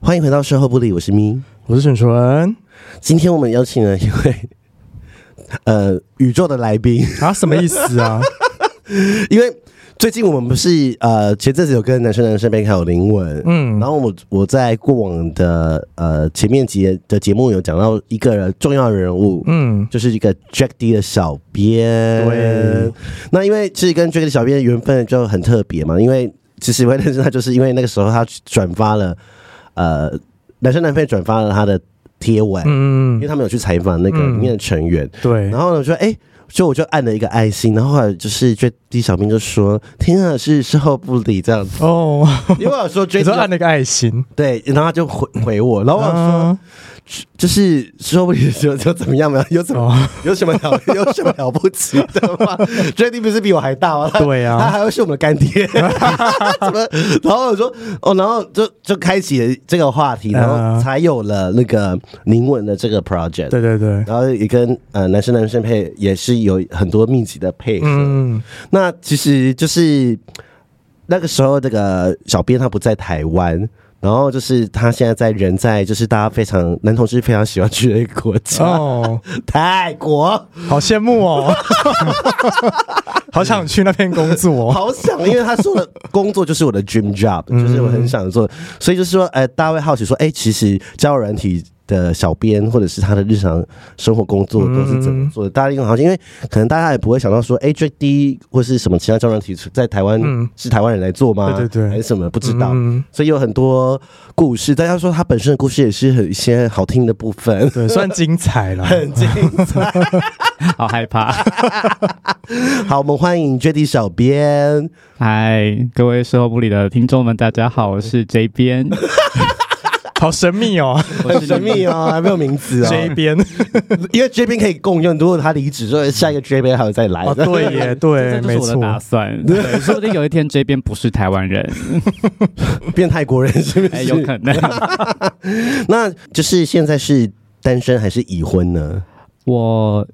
欢迎回到售后部里，我是咪。我是蠢蠢今天我们邀请了一位 呃宇宙的来宾， 啊，什么意思啊？因为最近我们不是呃前阵子有跟男生男生杯还有灵魂，嗯，然后我我在过往的呃前面节的节目有讲到一个人重要人物，嗯，就是一个 Jack D 的小编。对，那因为其实跟 Jack D 小编缘分就很特别嘛，因为其实会认识他，就是因为那个时候他转发了呃男生男配转发了他的贴文，嗯因为，他们有去采访那个里嗯面的成员，对，然后呢我说哎。就我就按了一个爱心，然后后来就是 Jack D 小编就说：“天啊，是事后不理这样子。哦，”因为我说 Jack D 你说按那个爱心，对，然后他就回回我，然后我想说、啊，就是说不定就就怎么样嘛，有怎么、哦，有什么了有什么了不起的吗？J D 不是比我还大吗？他对他啊，还会是我们的干爹， 怎么？然后我说哦，然后就就开启了这个话题，然后嗯才有了那个宁文的这个 project。对对对，然后也跟呃男生男生配也是有很多密集的配合，嗯，那其实就是那个时候，这个小编他不在台湾，然后就是他现在在人在就是大家非常男同志非常喜欢去的一个国家、哦，泰国，好羡慕哦，好想去那边工作， 好想，因为他说的工作就是我的 dream job，就是我很想做，所以就是说，呃，大家会好奇说，哎、其实交友软体。的小编或者是他的日常生活工作都是怎么做的？大家一定很好奇，因为可能大家也不会想到说，哎、j d 或是什么其他交友软体在台湾、嗯是台湾人来做吗？对对对还是什么不知道？嗯所以有很多故事。大家说他本身的故事也是很一些好听的部分，对，算精彩了，很精彩。好害怕！ 好，我们欢迎 JD 小编。嗨，各位售后部里的听众们，大家好，我是 J 边，好神秘哦我是神秘哦，还没有名字，J 哦，边，因为 J 编可以共用。如果他离职之后，下一个 J 编还会再来。哦，对耶，这对，就是没我的错，打算。对，说不定有一天 J 边不是台湾人， 变泰国人是不哎，是？有可能。那就是现在是单身还是已婚呢？ 我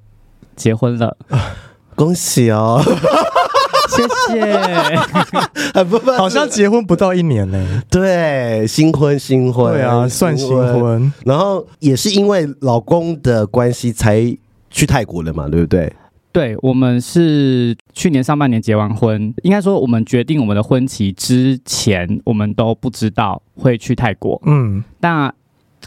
结婚了，恭喜哦， 谢谢。很啊不好像结婚不到一年嘞，对新婚新婚，对啊，算新婚，然后也是因为老公的关系才去泰国了嘛，对不对？对我们是去年上半年结完婚，应该说我们决定我们的婚期之前，我们都不知道会去泰国。嗯，那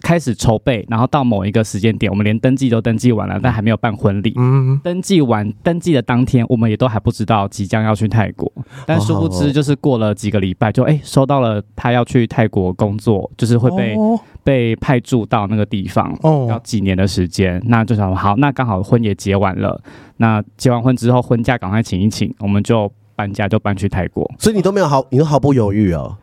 开始筹备，然后到某一个时间点，我们连登记都登记完了，但还没有办婚礼。嗯，登记完登记的当天，我们也都还不知道即将要去泰国，但殊不哦知就是过了几个礼拜，就哎、收到了他要去泰国工作，就是会被、哦被派驻到那个地方，要哦，几年的时间。那就想好，那刚好婚也结完了，那结完婚之后婚假赶快请一请，我们就搬家就搬去泰国。所以你都没有毫，你都毫不犹豫哦。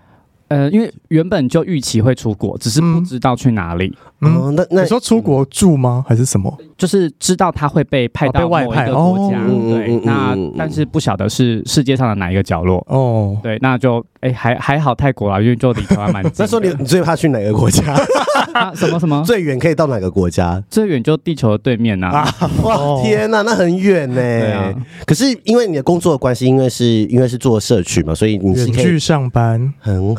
呃，因为原本就预期会出国，只是不嗯知道去哪里，嗯哦，那那你说出国住吗？还是什么？就是知道他会被派哦到被外某一派个国家，哦对，嗯嗯嗯那嗯嗯但是不晓得是世界上的哪一个角落。哦，对，那就哎、还还好泰国啦，因为就离台湾蛮近的。 那时候你你最怕去哪个国 家？啊什么什么最远可以到哪个国家？最远就地球的对面呐、啊哇，哦天呐，那很远呢、对啊，可是因为你的工作的关系，因为是因为是做社区嘛，所以你远是可以距上班，很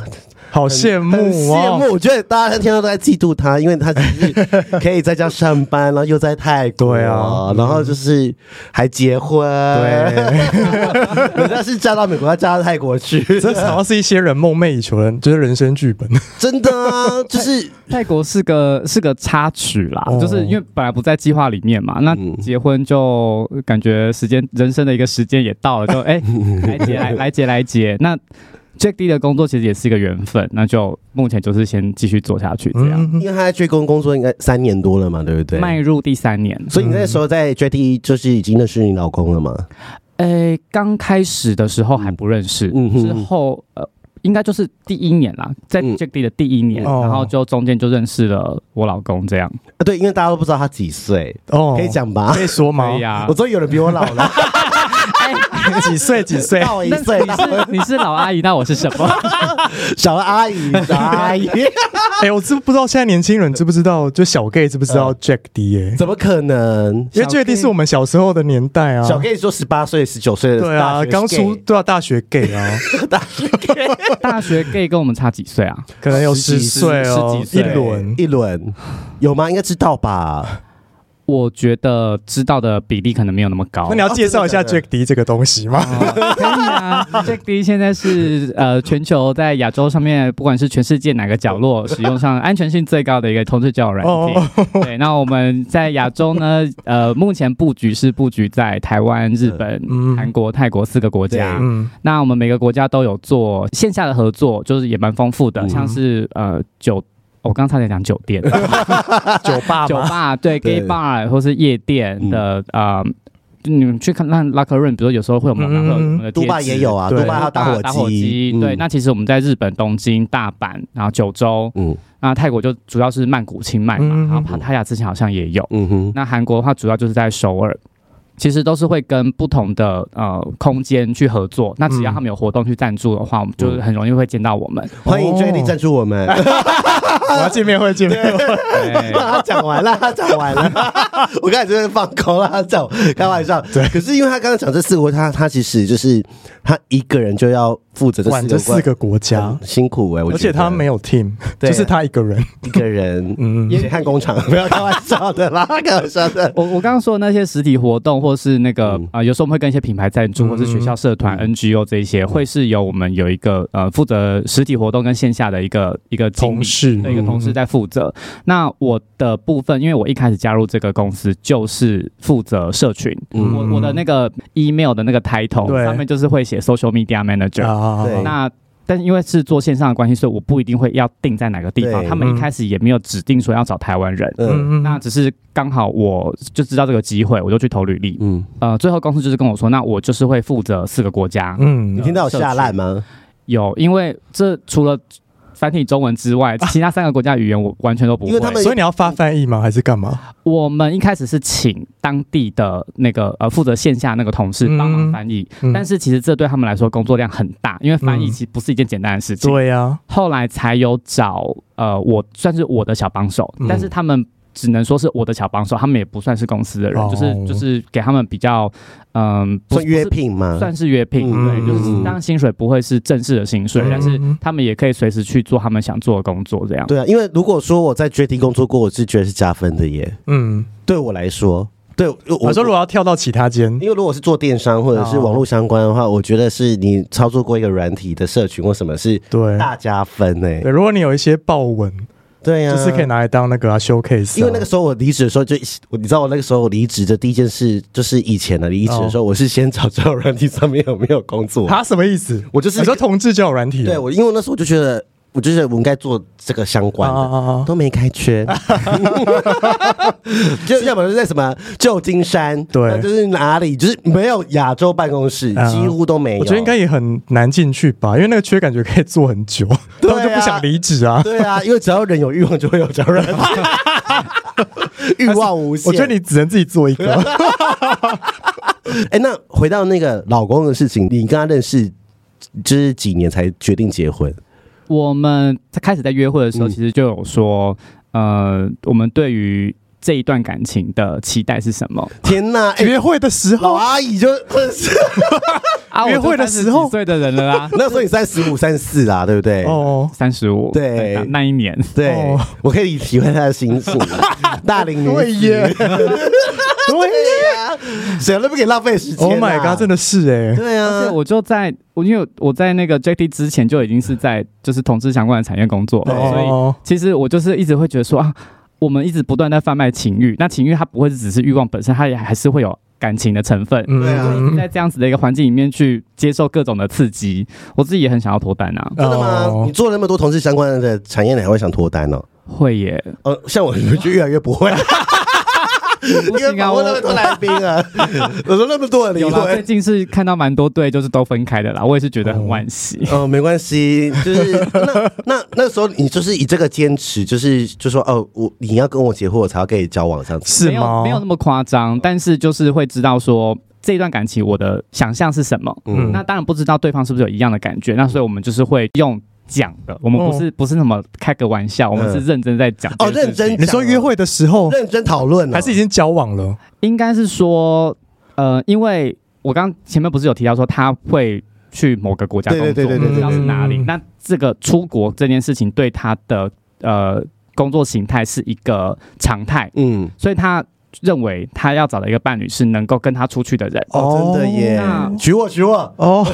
好羡慕很羡哦！慕。我觉得大家天天都在嫉妒他，因为他只 是可以在家上班，然后又在泰国，对啊然后就是还结婚，对， 人家是嫁到美国，要嫁到泰国 去，这好像是一些人梦寐以求的，就是人生剧本。真的啊，就是泰国是个是个插曲啦，哦就是因为本来不在计划里面嘛， 那嗯结婚就感觉时间人生的一个时间也到了，就 哎、来结来来结来结。那 Jack D 的工作其实也是一个缘分，那就目前就是先继续做下去这样，嗯因，为他在追工工作应该三年多了嘛，对不对？迈入第三年。所以你那时候在 JD 就是已经认识你老公了嘛？诶，刚开始的时候还不认识，嗯哼之后呃，应该就是第一年啦，在嗯 Jack D 的第一年，哦然后就中间就认识了我老公，这样。啊，对，因为大家都不知道他几岁，哦可以，讲吧？可以说吗可以？啊 我终于有人比我老了，哎几岁几 岁？大我一那岁，你是你是老阿姨，那我是什 么？小阿姨，小阿姨，哎，我知不知道现在年轻人知不知道？就小 gay 知不知嗯道 Jack D？耶？怎么可能？因为 Jack D 是我们小时候的年代啊。小 gay 说十八岁、十九岁的对啊，大学刚 gay 出对啊，大学 gay 啊， 大学 gay 大学 gay 跟我们差几岁啊？可能有十十几岁哦十，几一岁轮。一轮有吗？应该知道吧？我觉得知道的比例可能没有那么高。那你要介绍一下哦真的 Jack D 这个东西吗？哦可以啊，Jack D 现在是呃全球在亚洲上面，不管是全世界哪个角落，使用上安全性最高的一个同志交友软哦件。 对，那我们在亚洲呢，呃，目前布局是布局在台湾、日本、嗯韩国、泰国四个国家。对 嗯，那我们每个国家都有做线下的合作，就是也蛮丰富的，嗯像是呃酒。我刚刚差点讲酒 店、 酒吧酒嘛，吧，对对嗯 gay bar 或是夜店的啊，呃就你们去看那拉克润，比如说有时候会有我们嗯会有我们的杜贴拜纸也有啊，对杜拜还有大火嗯打火机，对。那其实我们在日本东京、大阪，然后九州，嗯那泰国就主要是曼谷、清迈嘛，嗯然后帕塔亚之前好像也有。嗯哼，那韩国的话，主要就是在首尔。其实都是会跟不同的呃空间去合作，嗯那只要他们有活动去赞助的话，我们就是很容易会见到我们。欢哦迎 Jenny 赞助我们。我要见面会 见面会。对让他讲完了，他讲完了。 我刚才真的放空了，他讲开玩笑。对，可是因为他刚刚讲这四个国家，他他其实就是他一个人就要负责这管这四四个个国国家很，辛苦哎、我而觉且得他没有 team， 对啊就是他一个人。一个 人，嗯，也看工厂，不要开玩笑的啦，开玩笑的。我我刚刚说的那些实体活动，或是那个、嗯呃，有时候我们会跟一些品牌赞助，嗯或是学校社团、NGO 这一些，会是由我们有一个呃负责实体活动跟线下的一个一个经理同事嗯的一个嗯同事在负责。那我的部分，因为我一开始加入这个公司就是负责社群，嗯我我的那个 email 的那个 title 对上面就是会写 social media manager，、啊对那但因为是做线上的关系，所以我不一定会要定在哪个地方。对他们一开始也没有指定说要找台湾人， 嗯嗯那只是刚好我就知道这个机会，我就去投履历。嗯，呃，最后公司就是跟我说，那我就是会负责四个国家。你嗯听到我下烂吗？有，因为这除了繁体中文之外，其他三个国家语言我完全都不啊会。因为他们所以你要发翻译吗？还是干嘛？我们一开始是请当地的那个呃负责线下那个同事帮忙翻译，嗯嗯但是其实这对他们来说工作量很大，因为翻译嗯其实不是一件简单的事嗯情。对啊呀，后来才有找呃，我算是我的小帮手，嗯但是他们只能说是我的小帮手，他们也不算是公司的人，哦就是就是给他们比较嗯，不算约，不聘是吗？算是约聘，嗯对，就是嗯当然薪水不会是正式的薪水，嗯但是他们也可以随时去做他们想做的工作，这样。对啊，因为如果说我在 JD 工作过，我是觉得是加分的耶。嗯，对我来啊说，对我我说如果要跳到其他间，因为如果是做电商或者是哦网络相关的话，我觉得是你操作过一个软体的社群或什么是对大加分呢、欸对，如果你有一些豹文，对呀、就是可以。拿来当那个啊 showcase，啊呃因为那个时候我离职的时候就，我你知道我那个时候我离职的第一件事就是以前的离职哦的时候，我是先找交友软体上面有没有工作。他什么意思？我就是你说同志交友软体啊，对我，因为那时候我就觉得，我就觉得我应该做这个相关的，啊啊啊啊都没开 缺。就要不然就在什么旧金山，对那就是哪里，就是没有亚洲办公室，啊几乎都没有。我觉得应该也很难进去吧，因为那个缺感觉可以做很久，对他 啊们就不想离职啊。 对啊，因为只要人有欲望，就会有交 友软件，欲望无限。我觉得你只能自己做一啊个，哎、那回到那个老公的事情，你跟他认识就是几年才决定结婚？我们在开始在约会的时候，嗯其实就有说，呃，我们对于这一段感情的期待是什么？天 哪！哎、约会的时老候，阿姨就，啊，约会的时候我都30几岁的人了啦那时候你三十五、三四啦，对不对？哦，三十 五，对那那一年，对，哦我可以体会他的心 情。大龄女子对耶， 对呀、谁都不给浪费时间、 ，Oh my god，真的的是哎，对而且啊，我就在我因为我在那个 JT 之前就已经是在就是同志相关的产业工作，对所以哦，其实我就是一直会觉得说啊，我们一直不断在贩卖情欲，那情欲它不会只是欲望本身，它也还是会有感情的成分。对啊嗯一直在这样子的一个环境里面去接受各种的刺激，我自己也很想要脱单啊，真的吗？哦你做了那么多同事相关的产业，你还会想脱单哦？会 耶，呃，像我就越来越不会，不因为行啊，访我问那么多来宾啊， 我说那么多人离有啦，婚最。近是看到蛮多对，就是都分开的啦，我也是觉得很惋惜。哦，没关系，就是 那那那时候你就是以这个坚持，就是就说哦，我你要跟我结婚，我才要跟你交往这样子。是没有吗？没有那么夸张，但是就是会知道说，这一段感情我的想象是什么。嗯，那当然不知道对方是不是有一样的感觉，那所以我们就是会用讲的，我们不是、不是那么开个玩笑，我们是认真在讲哦，这件认事情。真讲，你说约会的时候，认真讨论哦，还是已经交往了？应该是说，呃，因为我刚前面不是有提到说他会去某个国家工对作，对对对不知道是哪里。嗯那这个出国这件事情对他的呃工作形态是一个常态，嗯所以他认为他要找的一个伴侣是能够跟他出去的人。哦，真的耶那，娶我娶我，哦，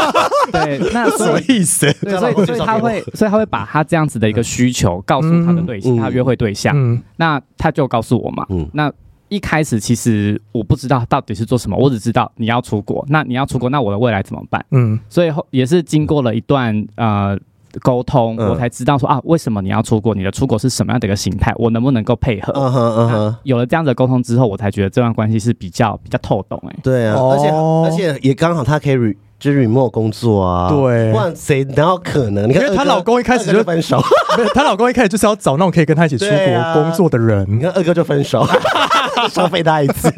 对，那所以。意思？对，所以所以他会，所以他会把他这样子的一个需求告诉他的对象，嗯嗯他的约会对象，嗯，那他就告诉我嘛。嗯那一开始其实我不知道到底是做什么，我只知道你要出国，那你要出国，那我的未来怎么办？嗯，所以后也是经过了一段呃沟通，嗯我才知道说啊，为什么你要出国？你的出国是什么样的一个形态？我能不能够配合？ 嗯哼嗯哼。有了这样的沟通之后，我才觉得这段关系是比较比较透懂哎、对啊，而且哦而且也刚好他可以 re, 就是 remote 工作啊，对不然谁哪有可能？你因看为她二哥老公一开始二哥就就分手，没有她老公一开始就是要找那种可以跟她一起出对啊国工作的你人。看二哥就分 手，消费他一 次，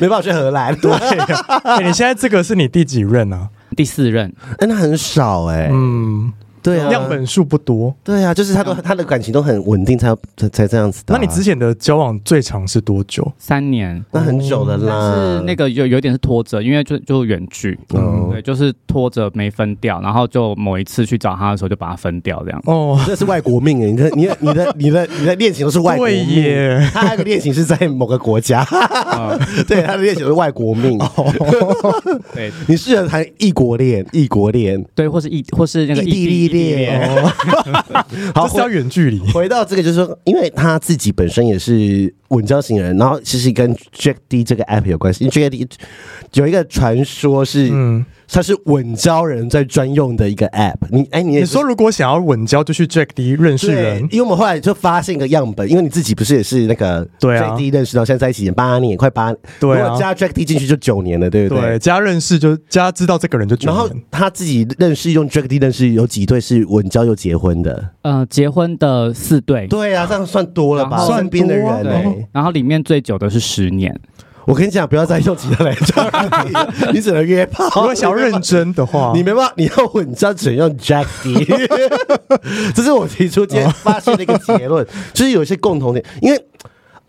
没办法去荷兰，对，对呀， 哎你现在这个是你第几任啊？第四任，那很少哎，嗯，对啊，样本数不多。对啊，就是他都他的感情都很稳定，才有才才这样子的那啊。你之前的交往最长是多久？三年。哦那很久了但啦是，那个有有点是拖着，因为就就远距，嗯嗯哦对，就是拖着没分掉，然后就某一次去找他的时候就把它分掉，这样。哦，这是外国命哎，你的你的你的你的你的恋情都是外国对命。耶，他那个恋情是在某个国家，嗯 对，他的恋情是外国命。哦对你适合谈异国恋，异国恋，对，或是异或是那个异地异恋哦恋， 好，哦这是要远距离。回到这个，就是说，因为他自己本身也是稳交型人，然后其实跟 Jack D 这个 app 有关系。因为 Jack D 有一个传说是，嗯，它是稳交人在专用的一个 app 你。哎，你也你是说如果想要稳交，就去 Jack D 认识对人，因为我们后来就发现一个样本，因为你自己不是也是那个对啊 Jack D 认识到现在在一起也八年，快八，对啊如果加 Jack D 进去就九年了，对不对，加认识就加知道这个人就觉然后得。他自己认识用 Jack D 认识有几对是稳交又结婚的，呃，结婚的四对，对啊，这样算多了吧？然后身边的人、算多啊哎对然后里面最久的是十年，我跟你讲，不要再用其他来讲，你只能约炮。如果想要认真的话，你没办法，你要稳交只能用 Jack D。这是我提出今天发现的一个结论，就是有一些共同点，因为。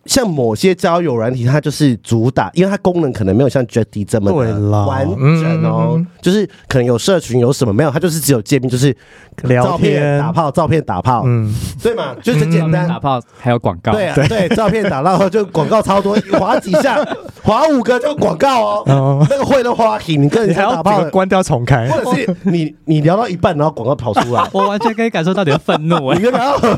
像某些交友软体，它就是主打，因为它功能可能没有像 Jack D 这么对的啦完整哦，嗯就是可能有社群有什么没有，它就是只有界面，就是聊照片天打炮，照片打炮，嗯，对嘛，就是很简单，打炮还有广告，。对啊，对，照片打到就广告超多，划几 下，划五个就广告哦哦，那个会都花屏，你跟你人还家要打把炮它的，关掉重开，或者是你你聊到一半，然后广告跑出 来我完全可以感受到你的愤怒你哎，就聊到，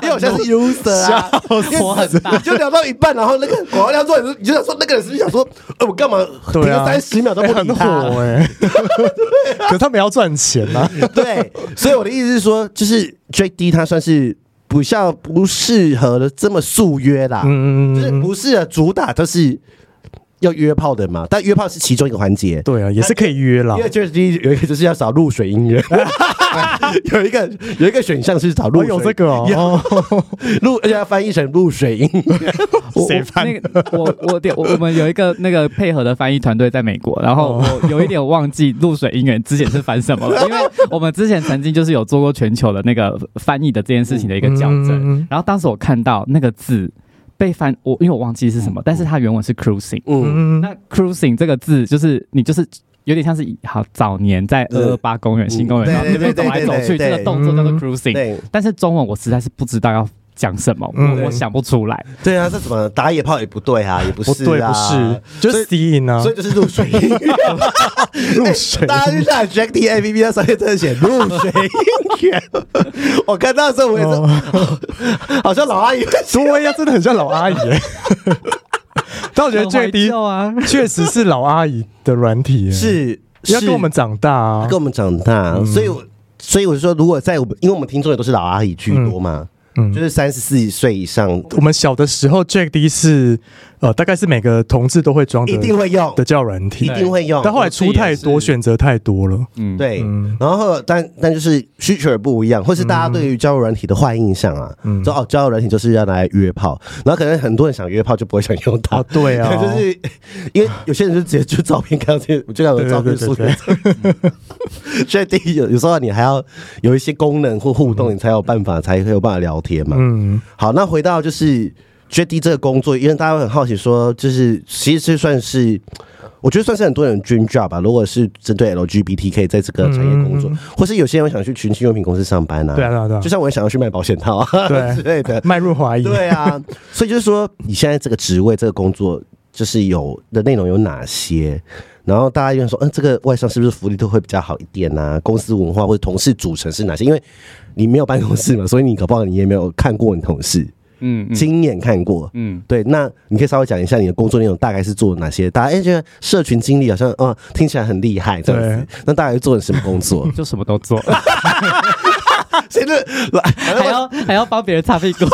因为我现在是 user 啊， 因为火很大你就聊到一半，然后那个广告量做，你就想说那个人是不是想说，呃，我干嘛停对了啊三十秒都哎不理 很他？火哎，可他们要赚钱 啊，对，所以我的意思是说，就是 J D 他算是不像不适合的这么速约啦，嗯就是不是啊，主打都是要约炮的嘛，但约炮是其中一个环节。对啊，也是可以约啦因，为 J D 有一个就是要找露水音乐， 有一个有一个选项是找露我水，有这个有 哦，露，而且要翻译成露水音乐。我谁我翻那个我我点我我们有一个那个配合的翻译团队在美国，然后哦我有一点忘记露水姻缘之前是翻什么了，因为我们之前曾经就是有做过全球的那个翻译的这件事情的一个校正，嗯嗯嗯然后当时我看到那个字被翻，我因为我忘记是什么，但是它原文是 cruising。嗯，嗯，那 cruising 这个字就是你就是有点像是好早年在呃二二八嗯公园、新公园，然后那边走来走去，这个动作叫做 cruising。对但是中文我实在是不知道要讲什么，嗯我我想不出来。对啊，这怎么打野炮也不对啊，也不不是对，不啊是，，就是吸引啊所，以就是露水音乐。入 水大家去下 Jack D A P P 它上面真的写露水姻缘， 我看到的时候我也是， 好像老阿姨在说，哦对呀，真的很像老阿姨欸。 但我觉得 Jack D 啊，确实是老阿姨的软体耶，欸是要跟我们是长大啊嗯跟，我们长大，所以我所以我就说，如果在我们，因为我们听众也都是老阿姨居多嘛，嗯就是三十四岁以上，我们小的时候，Jack D 是呃，大概是每个同志都会装一的定会用的，叫软一体，定会用但。后来出太多，我自己也是选择太多了。嗯，对，嗯然后但但就是需求也不一样，或是大家对于交友软体的坏印象啊，嗯说哦，交友软体就是要拿来约炮，然后可能很多人想约炮就不会想用它哦，，对啊，就是因为有些人就直接就照片看到这，我就看我的照片对素对对颜， 所以第一有有时候你还要有一些功能或互动，你才有办法才会有办法聊天嘛。嗯，好，那回到就是 JD 这个工作，因为大家会很好奇说，就是其实是算是，我觉得算是很多人的 dream job 吧。如果是针对 LGBTK 在这个产业工作，嗯或是有些人想去群星用品公司上班啊，对啊，对啊，对啊就，像我也想要去卖保险套啊 对之类的，迈入华裔，对啊。所以就是说，你现在这个职位、这个工作，就是有的内容有哪些？然后大家就会说，嗯，这个外商是不是福利都会比较好一点啊？公司文化或者同事组成是哪些？因为你没有办公室嘛，所以你搞不好你也没有看过你同事。嗯嗯亲眼看过。嗯，？对，那你可以稍微讲一下你的工作内容大概是做哪些？大家哎、觉得社群经理好像啊、听起来很厉害这样子，那大概做了什么工作就什么都 做，谁的还 要还要帮别人擦屁股，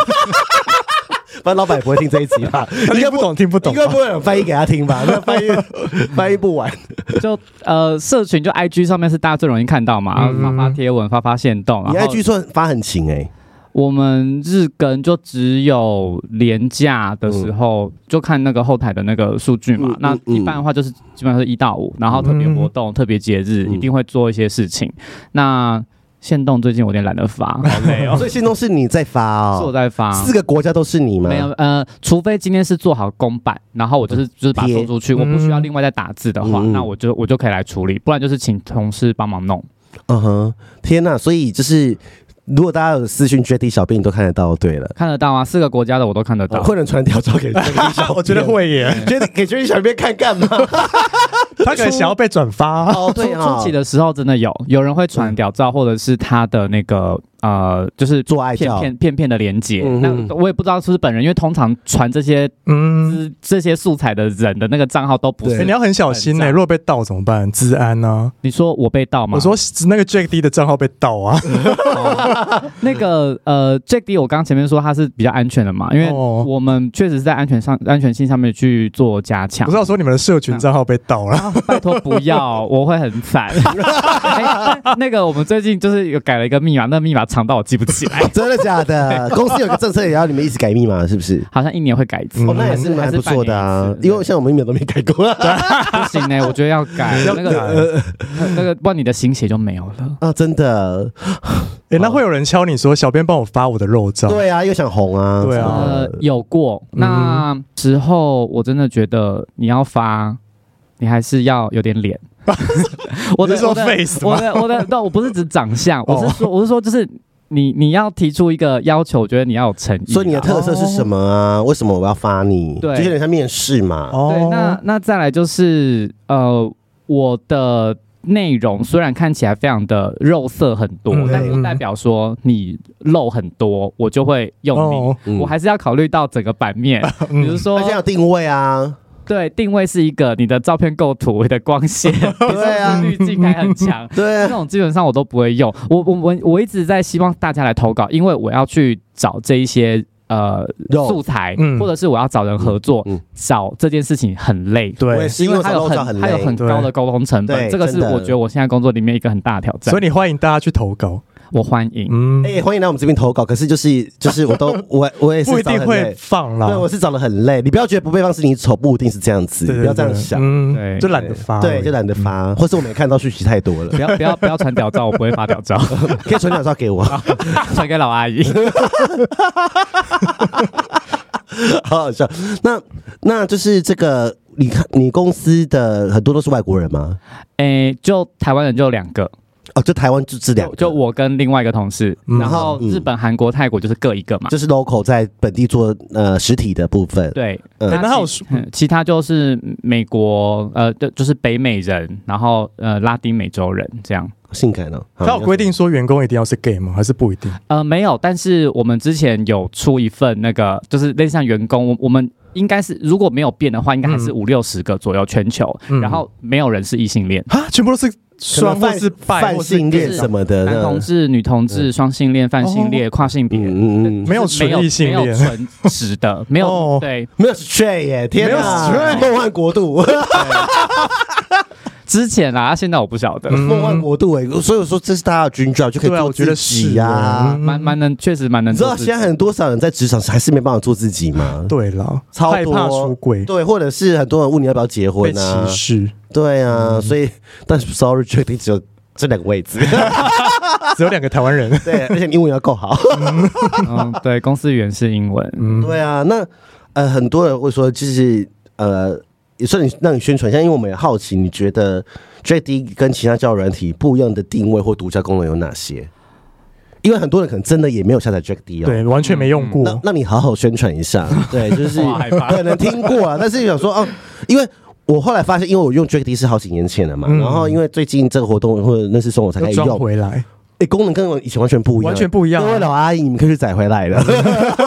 反正老板也不会听这一集吧？他听不懂，听不懂啊应，该不会有人翻译给他听吧？那翻译翻译不完。就呃，社群就 IG 上面是大家最容易看到嘛，嗯发发贴文、发发现动，你然后 IG 算发很勤哎、我们日更就只有廉价的时候，就看那个后台的那个数据嘛。嗯嗯嗯那一般的话就是基本上是一到五，然后特别活动、特别节日、嗯一定会做一些事情。那限动最近我有点懒得发， 好累哦，所以信东是你在发是我哦，在发。四个国家都是你吗？没有，呃，除非今天是做好公版，然后我就是就是把嗯它贴做出去，我不需要嗯另外再打字的话，嗯嗯那我就我就可以来处理，不然就是请同事帮忙弄。嗯哼，天哪！所以就是如果大家有私讯 JD 小编，你都看得到。对了，看得到啊，四个国家的我都看得到。会有人传条照给 JD 小编， 我觉 得会耶， ，JD 给 JD 小编看干嘛？他可能想要被 转发，哦，初对啊、初期的时候真的有有人会传屌照，或者是他的那个呃，就是做爱片照，片片片的连接嗯。那哼我也不知道是不是本人，因为通常传这些嗯，资这些素材的人的那个账号都不欸是你。要很小心呢，很赞如果被盗怎么办？治安呢？你说我被盗吗？我说那个 Jack D 的账号被盗 啊，那个呃，Jack D，我刚刚前面说他是比较安全的嘛，因为哦我们确实是在安全上安全性上面去做加强 不是。要说你们的社群账号被盗了，啊拜托不要，我会很 惨、哎那个我们最近就是有改了一个密码，那密码长到我记不起 来， 真的假的？ 公司有个政策也要你们一直改密码，是不是？好像一年会改一次。哦，那也是蛮不错的啊，因为像我们密码都没改过 啊，不行呢、我觉得要改 要 那呃个改那个，不然你的心血就没有了。啊，真的，哎，那会有人敲你说小编帮我发我的肉照，对啊，又想红啊，对啊嗯什么呃的，有过那时候，我真的觉得你要发，你还是要有 点脸。我的你是说我的 face 吗哦我的我的，那我不是指长相，我是说我是说就是你你要提出一个要求，我觉得你要有诚意啊。所以你的特色是什么啊？为什么我要发你？哦对就有点像面试嘛。哦对，那那再来就是呃，我的内容虽然看起来非常的肉色很多，嗯但不代表说你肉很多，我就会用你。哦，嗯我还是要考虑到整个版面，比如嗯，说而且要定位啊，对定位是一个，你的照片构图、你的光 线、对啊，滤镜还很 强，对这啊，种基本上我都不会用。我我我我一直在希望大家来投稿，因为我要去找这一些呃肉素材，嗯或者是我要找人合作，嗯嗯找这件事情很累。 我对也，是因为我它手有漏照很很它有累很高的沟通成对本，这个是真的我觉得我现在工作里面一个很大的挑战所以。你欢迎大家去投稿，我欢迎，嗯，哎，欢迎来我们这边投稿，可是就是就是我都 我我也是不一找得定很会累，放啦对，，我是找的很累。你不要觉得不被放是你丑，不一定是这样子，对不要这样想，嗯对就懒得发而已，对，就懒得发，或是我没看到讯息太多了不，要不要不要传屌照，我不会发屌照，可以传两照给 我。 传给老阿姨。好好笑。那那就是这个，你看你公司的很多都是外国人吗？诶，就台湾人就两个，哦，就台湾就这两就个，就我跟另外一个同事，嗯然后嗯日本、韩国、泰国就是各一个嘛。就是 local 在本地做呃实体的部分。对，嗯哎那还有其嗯其他就是美国，呃，就就是北美人，然后呃，拉丁美洲人这样。性感哦。好他有规，定说员工一定要是 gay 吗？还是不一定？呃，没有，但是我们之前有出一份那个，就是类似像员工，我我们应该是如果没有变的话，应该还是嗯五六十个左右全球，嗯然后没有人是异性恋。啊，全部都是可能双或泛是拜泛或是性恋什么的，男同志、女同志、双性恋、泛性恋、跨性别，嗯哦嗯嗯嗯，没有就是纯异性恋没有纯直的， 没哦有对没有 straight 耶，天没有哪， straight 嗯梦幻国度，之前啦，现在我不晓得，梦幻国度哎，所以我说这是大家的军照，就可以对啊做我觉得自己是呀。嗯蛮蛮能，确实蛮能你知做道自己。现在很多少人在职场还是没办法做自己吗？对了，超害怕多出轨，对，或者是很多人问你要不要结被婚啊歧？视，嗯对啊，所以但是 sorry，确定只有这两个位 置。。只有两个台湾人对，而且你英文要够好。嗯，对，公司语言是英文，嗯，对啊，那呃，很多人会说，就是呃，也算你让你宣传一下，因为我们也好奇，你觉得 JD 跟其他交友软体不一样的定位或独家功能有哪些？因为很多人可能真的也没有下载 JD 哦。对，完全没用过。那那你好好宣传一 下，对，就是哇害怕可能听过啊，但是想说哦，因为我后来发现，因为我用 JD 是好几年前了嘛，嗯然后因为最近这个活动或者那次送我才可要以装用，回来，哎，功能跟我以前完全不一样，完全不一样啊各位老阿姨，你们可以去载回来了。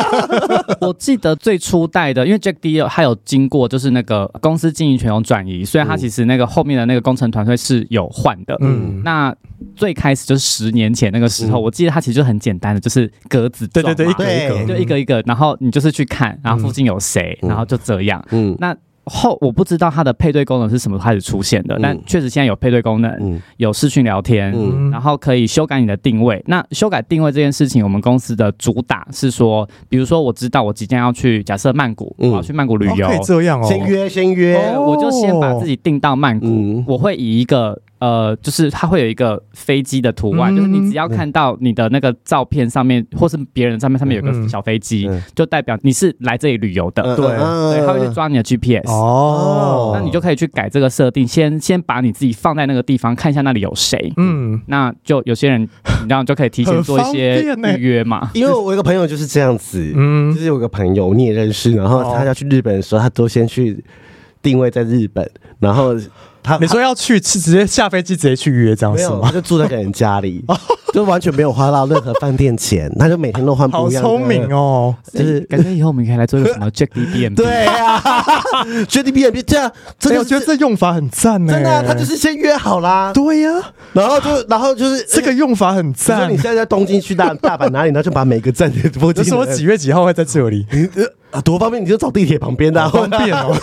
我记得最初代的，因为 Jack D 有还有经过就是那个公司经营权有转移，所以嗯他其实那个后面的那个工程团队是有换的。嗯，那最开始就是十年前那个时候，嗯我记得它其实就很简单的，就是格子对状对对，一嘛个一对个，就一个一个，然后你就是去看，然后附近有谁，嗯然后就这样。嗯那后我不知道它的配对功能是什么时候开始出现的，嗯但确实现在有配对功能， 嗯有视讯聊天，嗯嗯然后可以修改你的定位。那修改定位这件事情，我们公司的主打是说，比如说我知道我即将要去，假设曼谷，嗯我要去曼谷旅哦游，可以这样哦，先约先约，对我就先把自己定到曼谷，嗯我会以一个呃，就是它会有一个飞机的图案，嗯就是你只要看到你的那个照片上面，或是别人上面上面有嗯个小飞机，嗯就代表你是来这里旅游的，对对，它会去抓你的 GPS。哦，那你就可以去改这个设定，先先把你自己放在那个地方，看一下那里有谁，嗯，那就有些人，你知道就可以提前很做一些方便呢欸预约嘛。因为我有个朋友就是这样子，嗯哦就是有个朋友你也认识，然后他要去日本的时候，他都先去定位在日本，然后他你说要去直直接下飞机直接去约这他样没哦是有，吗他？就住在个人家里， 就完全没有花到任何饭店钱，他就每天都换不好一样。聪明，哦，就是感觉以后我们可以来做一个什 么 Jack D B M。对啊，J D B B 这样，这哎个我觉得 这用法很赞呢，真的啊，他就是先约好啦，对呀，然后就然后就是这个。用法很你说赞你。现在在东京去大大阪哪里，然后就把每个站的附近就是的我几月几号会在这 里，啊多方便，你就找地铁旁边的啊， 好方便哦。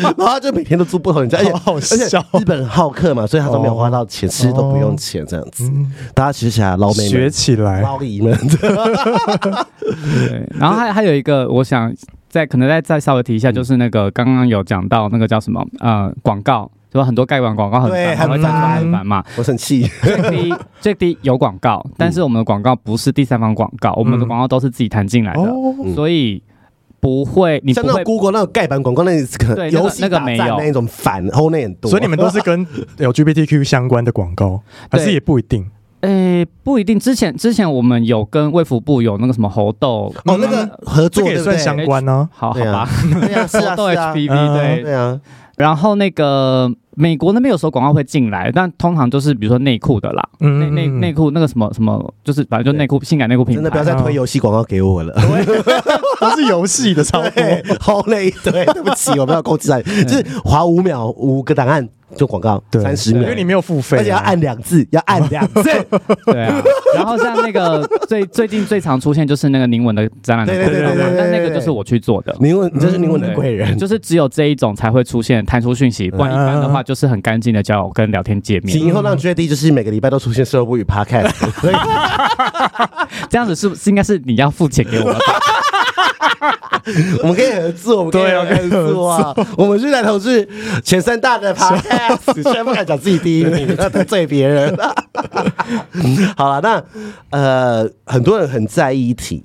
然后他就每天都住不同人家，而且好好而且笑哦日本很好客嘛，所以他都没有花到钱，吃都不用钱这样子。大家学起来，捞妹学们，起来，捞姨们，对，然后还还有一个，我想再可能再再稍微提一下，就是那个刚刚有讲到那个叫什么呃广告，就很多盖碗广告很对烦，然后很站出来烦很烦嘛。我生气。 Jack D Jack D 有广告，但是我们的广告不是第三方广告，我们的嗯广告都是自己弹进来的，哦，嗯所以不会你像不那会种 Google 那种盖板广告，那可能对那个游戏那个打没战有那一种反后内很多。所以你们都是跟 LGBTQ 相关的广告，还是对也不一定诶、不一定。之前之前我们有跟卫福部有那个什么猴痘，嗯哦，那个合这作个也对不算对？相关呢。好好对啊吧，对啊，是 猴啊，痘是啊， HPV 嗯对对啊，然后那个美国那边有时候广告会进来，但通常就是比如说内裤的啦，内嗯内内裤那个什么什么，就是反正就内裤性感内裤品真的不牌哦要。再推游戏广告给我了。 都是游戏的差不多 对。，后内对，对不起，我们要控 制在，就是划五秒五个档案做广告，对三十因秒为，你没有付费啊，而且要按两次，要按两次。 对啊，然后像那个最最近最常出现就是那个宁文的展览的对对广对告对嘛对，但那对个对就是我去做的。嗯灵魂，你这是灵魂的贵人，就是只有这一种才会出现弹出讯息，不然一般的话就是很干净的交友跟聊天界面请。以后让 JD 嗯就是每个礼拜都出现社会与 Podcast，所以这样子是不是应该是你要付钱给 我们？我们可以合作，我们可以对啊合作啊！我们是男同志前三大 的 Podcast，虽然不敢讲自己第一名，要得罪别人。 好了，那呃，很多人很在意一体。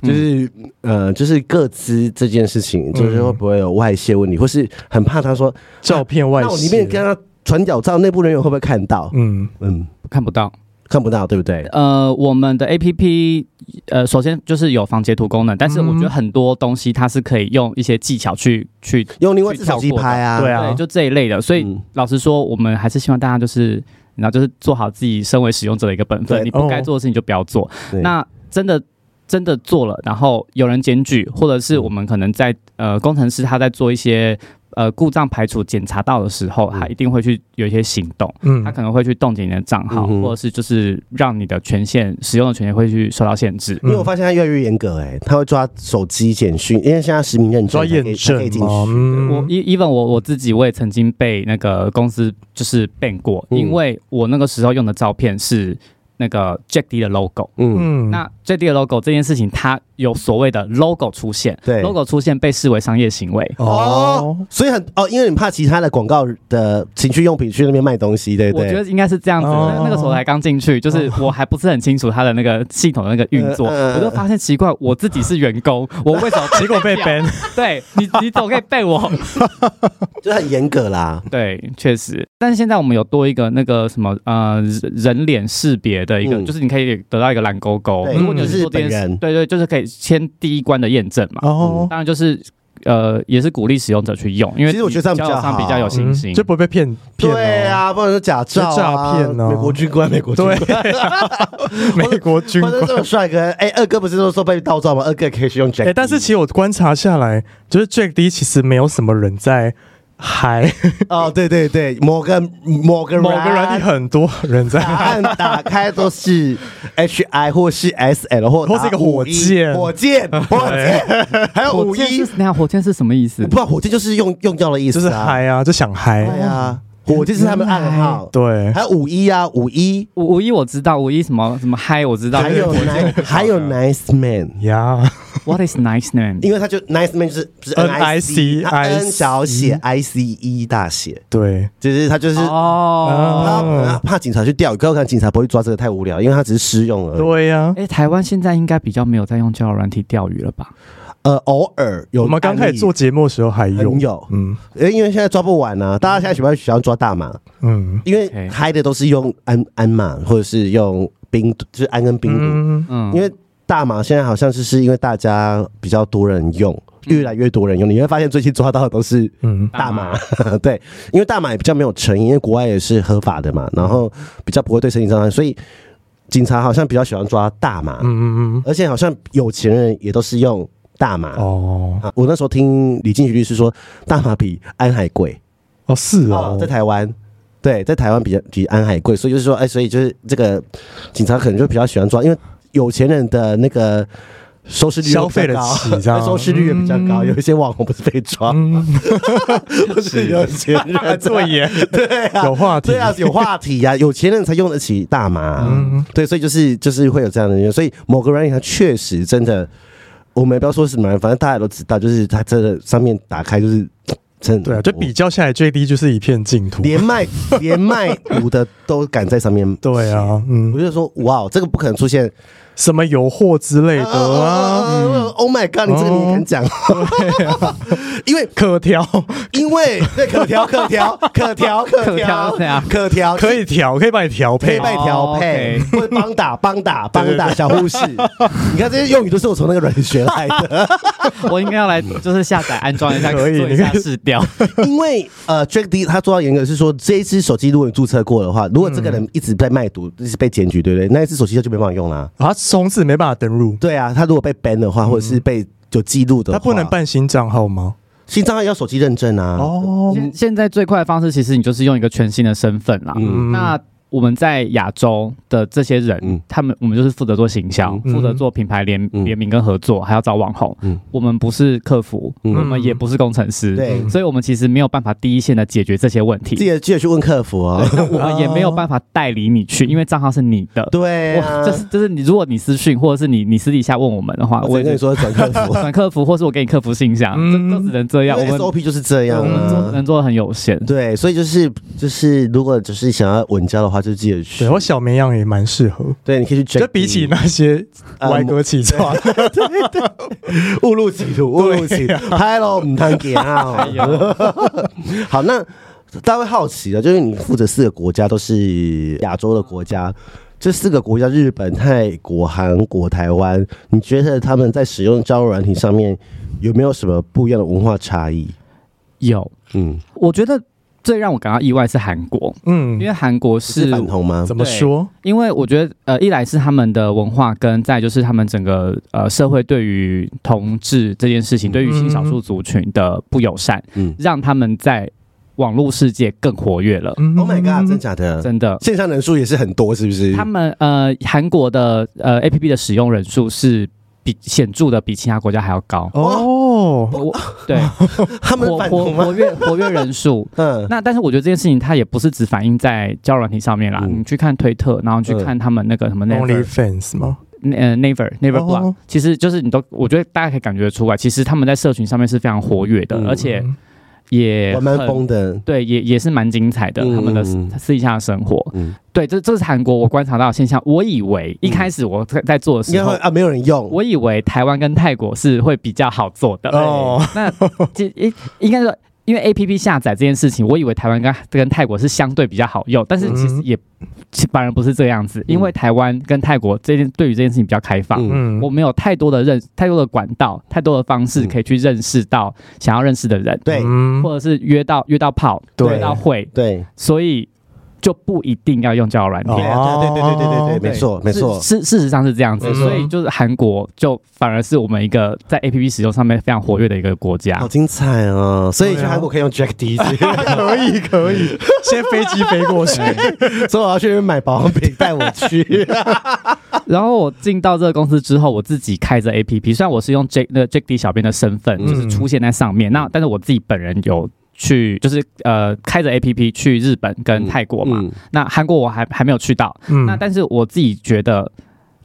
就是嗯呃，就是各自这件事情，就是会不会有外泄问题，或是很怕他说照片外那我里泄面跟他传屌照，内部人员会不会看到？嗯，嗯，看不到。看不到，对不对？呃，我们的 A P P，呃，首先就是有防截图功能，但是我嗯觉得很多东西它是可以用一些技巧去去用另外一只手机拍啊，对啊对，就这一类的。所以、嗯老实说，我们还是希望大家就是，然后就是做好自己身为使用者的一个本对哦分，你不该做的事情就不要做。对那真的。真的嗯做了，然后有人检举，或者是我们可能在呃工程师他在做一些呃故障排除检查到的时候，嗯他一定会去有一些行动，嗯他可能会去冻结你的账号，嗯哼或者是就是让你的权限使用的权限会去受到限制。嗯因为我发现他越来越严格、哎，他会抓手机简讯，因为现在实名认证抓才验可以才可以证进吗？去。嗯我 e even 我我自己我也曾经被那个公司就是 ban 过，嗯因为我那个时候用的照片是那个 Jack D 的 logo。嗯，嗯那 Jack D 的 logo 这件事情，它有所谓的 logo 出现，对，logo 出现被视为商业行为。哦，所以很哦，因为你怕其他的广告的情趣用品去那边卖东西，对不我对？觉得应该是这样子，哦那那个时候才刚进去，就是我还不是很清楚它的那个系统的那个运作，嗯嗯嗯我就发现奇怪，我自己是员工，我 为什么呃结果被 ban， 对你，你总可以 背我。就是很严格啦。对，确实。但是现在我们有多一个那个什么呃人人脸识别的一个，嗯就是你可以得到一个蓝勾哦勾，对如嗯果你就是做这件本事人对对，就是可以签第一关的验证嘛。哦，当然就是呃也是鼓励使用者去用，因为其实我觉得这样比较交友上好比较有嗯信心。嗯就不会被骗骗哦对，啊，不然说假照、啊、是诈骗哦美国军官，美国军对啊官，， 美国军或官者。这种帅哥，哎、二哥不是都说被盗照吗？二哥可以去用 Jack，、哎、但是其实我观察下来，就是 Jack D 其实没有什么人在 嗨，哦，对对对，某个某个某个软体很多 人在答案打开都是 H I 或是 S L 或或是一个火箭火 箭火箭，还有火五箭一是，那火箭是什么意思我不？知道火箭就是用用掉的意就思、啊，是嗨啊，就想嗨。对啊，火箭是他们的暗号，对，还有五一啊五一，五五一我知道，五一什么什么嗨我知道，还有火箭我 nice 不知道还有 nice man。呀， What is nice name？因为他就 nice man 就是不是 N I C， NIC 他 N 小写 I C E 大写，对，就是他就是哦。他他怕警察去钓鱼，可我看警察不会去抓这个太无聊，因为他只是试用而已。对呀、哎、台湾现在应该比较没有在用交友软体钓鱼了吧？呃，偶尔有我们刚开案始例做节目的时候还有很，有，嗯呃因为现在抓不完啊，大家现在喜欢喜欢抓大麻，嗯因为 OK 嗨的都是用安安嘛，或者是用冰，就是安跟冰毒，嗯，嗯，因为大麻现在好像就是因为大家比较多人用，越来越多人用，你会发现最近抓到的都是嗯大麻， 对，因为大麻也比较没有成瘾，因为国外也是合法的嘛，然后比较不会对身体伤害，所以警察好像比较喜欢抓大麻，嗯嗯嗯，而且好像有钱人也都是用大麻。哦啊，我那时候听李进徐律师说，大麻比安还贵哦是哦哦，在台湾。对，在台湾比较比安还贵，所以就是说，哎、所以就是这个警察可能就比较喜欢抓，因为有钱人的那个收视率消费的得起这 样收视率也比较高。嗯有一些网红不是被抓，嗯，不是 有钱 人作业啊对啊，有话题对啊，有话题呀、有钱人才用得起大麻、嗯对，所以就是就是会有这样的人，所以某个软件它确实真的，我们也不要说什么，反正大家都知道，就是它真的上面打开就是真的对啊，就比较下来最低就是一片净土，连卖连卖毒的都敢在上面，对啊，嗯我，就说哇，这个不可能出现什么油货之类的啊， ！Oh my god，你这个你也敢讲？因为可调因为对可调可调可调可可调调是怎样可调可以调，可以帮你调配配，备调配哦，或者帮打帮打帮打小护士，你看这些用语都是我从那个软件学来的。 我应该要来嗯就是下载安装一 下，可以做一你下可以试调。因为呃，Jack D 他做到严格是说，这一只手机如果你注册过的话，如果这个人一直在卖毒，一直被检举，对不对？那一只手机他就没办法用啦。啊，从此没办法登录，对啊，他如果被 ban 的话，或者是被有记录的他话，不能办新账号吗？新账号要手机认证啊。哦， 现现在最快的方式，其实你就是用一个全新的身份啦。嗯那我们在亚洲的这些人，嗯他们我们就是负责做行销，嗯负责做品牌联嗯联名跟合作，还要找网红。嗯我们不是客服，嗯我们也不是工程师，对所以我们其实没有办法第一线的解决这些问题。记得记得去问客服哦。 那我们也没有办法代理你去，因为账号是你的。 对啊我，就是就是你，如果你私讯或者是你你私底下问我们的话，啊我我只能跟你说转客 服，转客服，或是我给你客服信箱，嗯这都只能这因样。啊我为们 SOP 就是这样我们做嗯啊。能做的很有限。对，所以就是就是，如果就是想要稳交的话，就记得去对，。我小绵羊也蛮适合，对，你可以去 Jack D。就比起那些呃歪歌起床， 误入歧途，误入歧途。Hello，唔通见 啊啊哎！呦， 好，那大家会好奇的，就是你负责四个国家都是亚洲的国家，这四个国家日本、泰国、韩国、台湾，你觉得他们在使用交友软体上面有没有什么不一样的文化差异？有，嗯，我觉得。最让我感到意外是韩国， 嗯因，为韩国是是反同吗？怎么对说？因为我觉得，呃，一来是他们的文化，跟再就是他们整个呃社会对于同志这件事情，对于性少数族群的不友善，嗯让他们在网络世界更活跃了。嗯，Oh my god，真假的？真的，线上人数也是很多，是不是？他们呃韩国的呃 A P P 的使用人数是比显著的比其他国家还要高。哦，我对他们活反活同吗？活跃活跃人数， 嗯，那但是我觉得这件事情它也不是只反映在交友软体上面啦，嗯你去看推特，然后去看他们那个什么 Only Never Fans 吗？呃 Never Never 哦 Blog，、其实就是你都我觉得大家可以感觉得出来，其实他们在社群上面是非常活跃的，嗯而且也我蛮很疯的。对，也也是蛮精彩的，嗯他们的嗯嗯私底下的生活。嗯，对，这这是韩国我观察到的现象。我以为一开始我在在做的应时该会候，啊，没有人用。我以为台湾跟泰国是会比较好做哎的。哦， 那这应应该说，因为 A P P 下载这件事情，我以为台湾跟跟泰国是相对比较好用，但是其实嗯也、其反而不是这样子，因为台湾跟泰国这件对于这件事情比较开放。嗯嗯我们有太多的认，太多的管道，太多的方式嗯可以去认识到想要认识的人，对嗯或者是约到约到炮，对约到会，对，所以就不一定要用交友软体。对啊对对对对对对，没错没错。嗯是事实上是这样子，没错所以就是韩国就反而是我们一个在 A P P 使用上面非常活跃的一个国家好。精彩哦！所以去韩国可以用 Jack D，可以可以，先飞机飞过去，所以我要去买保养品，带我去。然后我进到这个公司之后，我自己开着 A P P，虽然我是用 J 那个 Jack D 小编的身份，嗯就是出现在上面，那但是我自己本人有。去就是呃开着 A P P 去日本跟泰国嘛，嗯那韩国我还还没有去到，嗯那但是我自己觉得，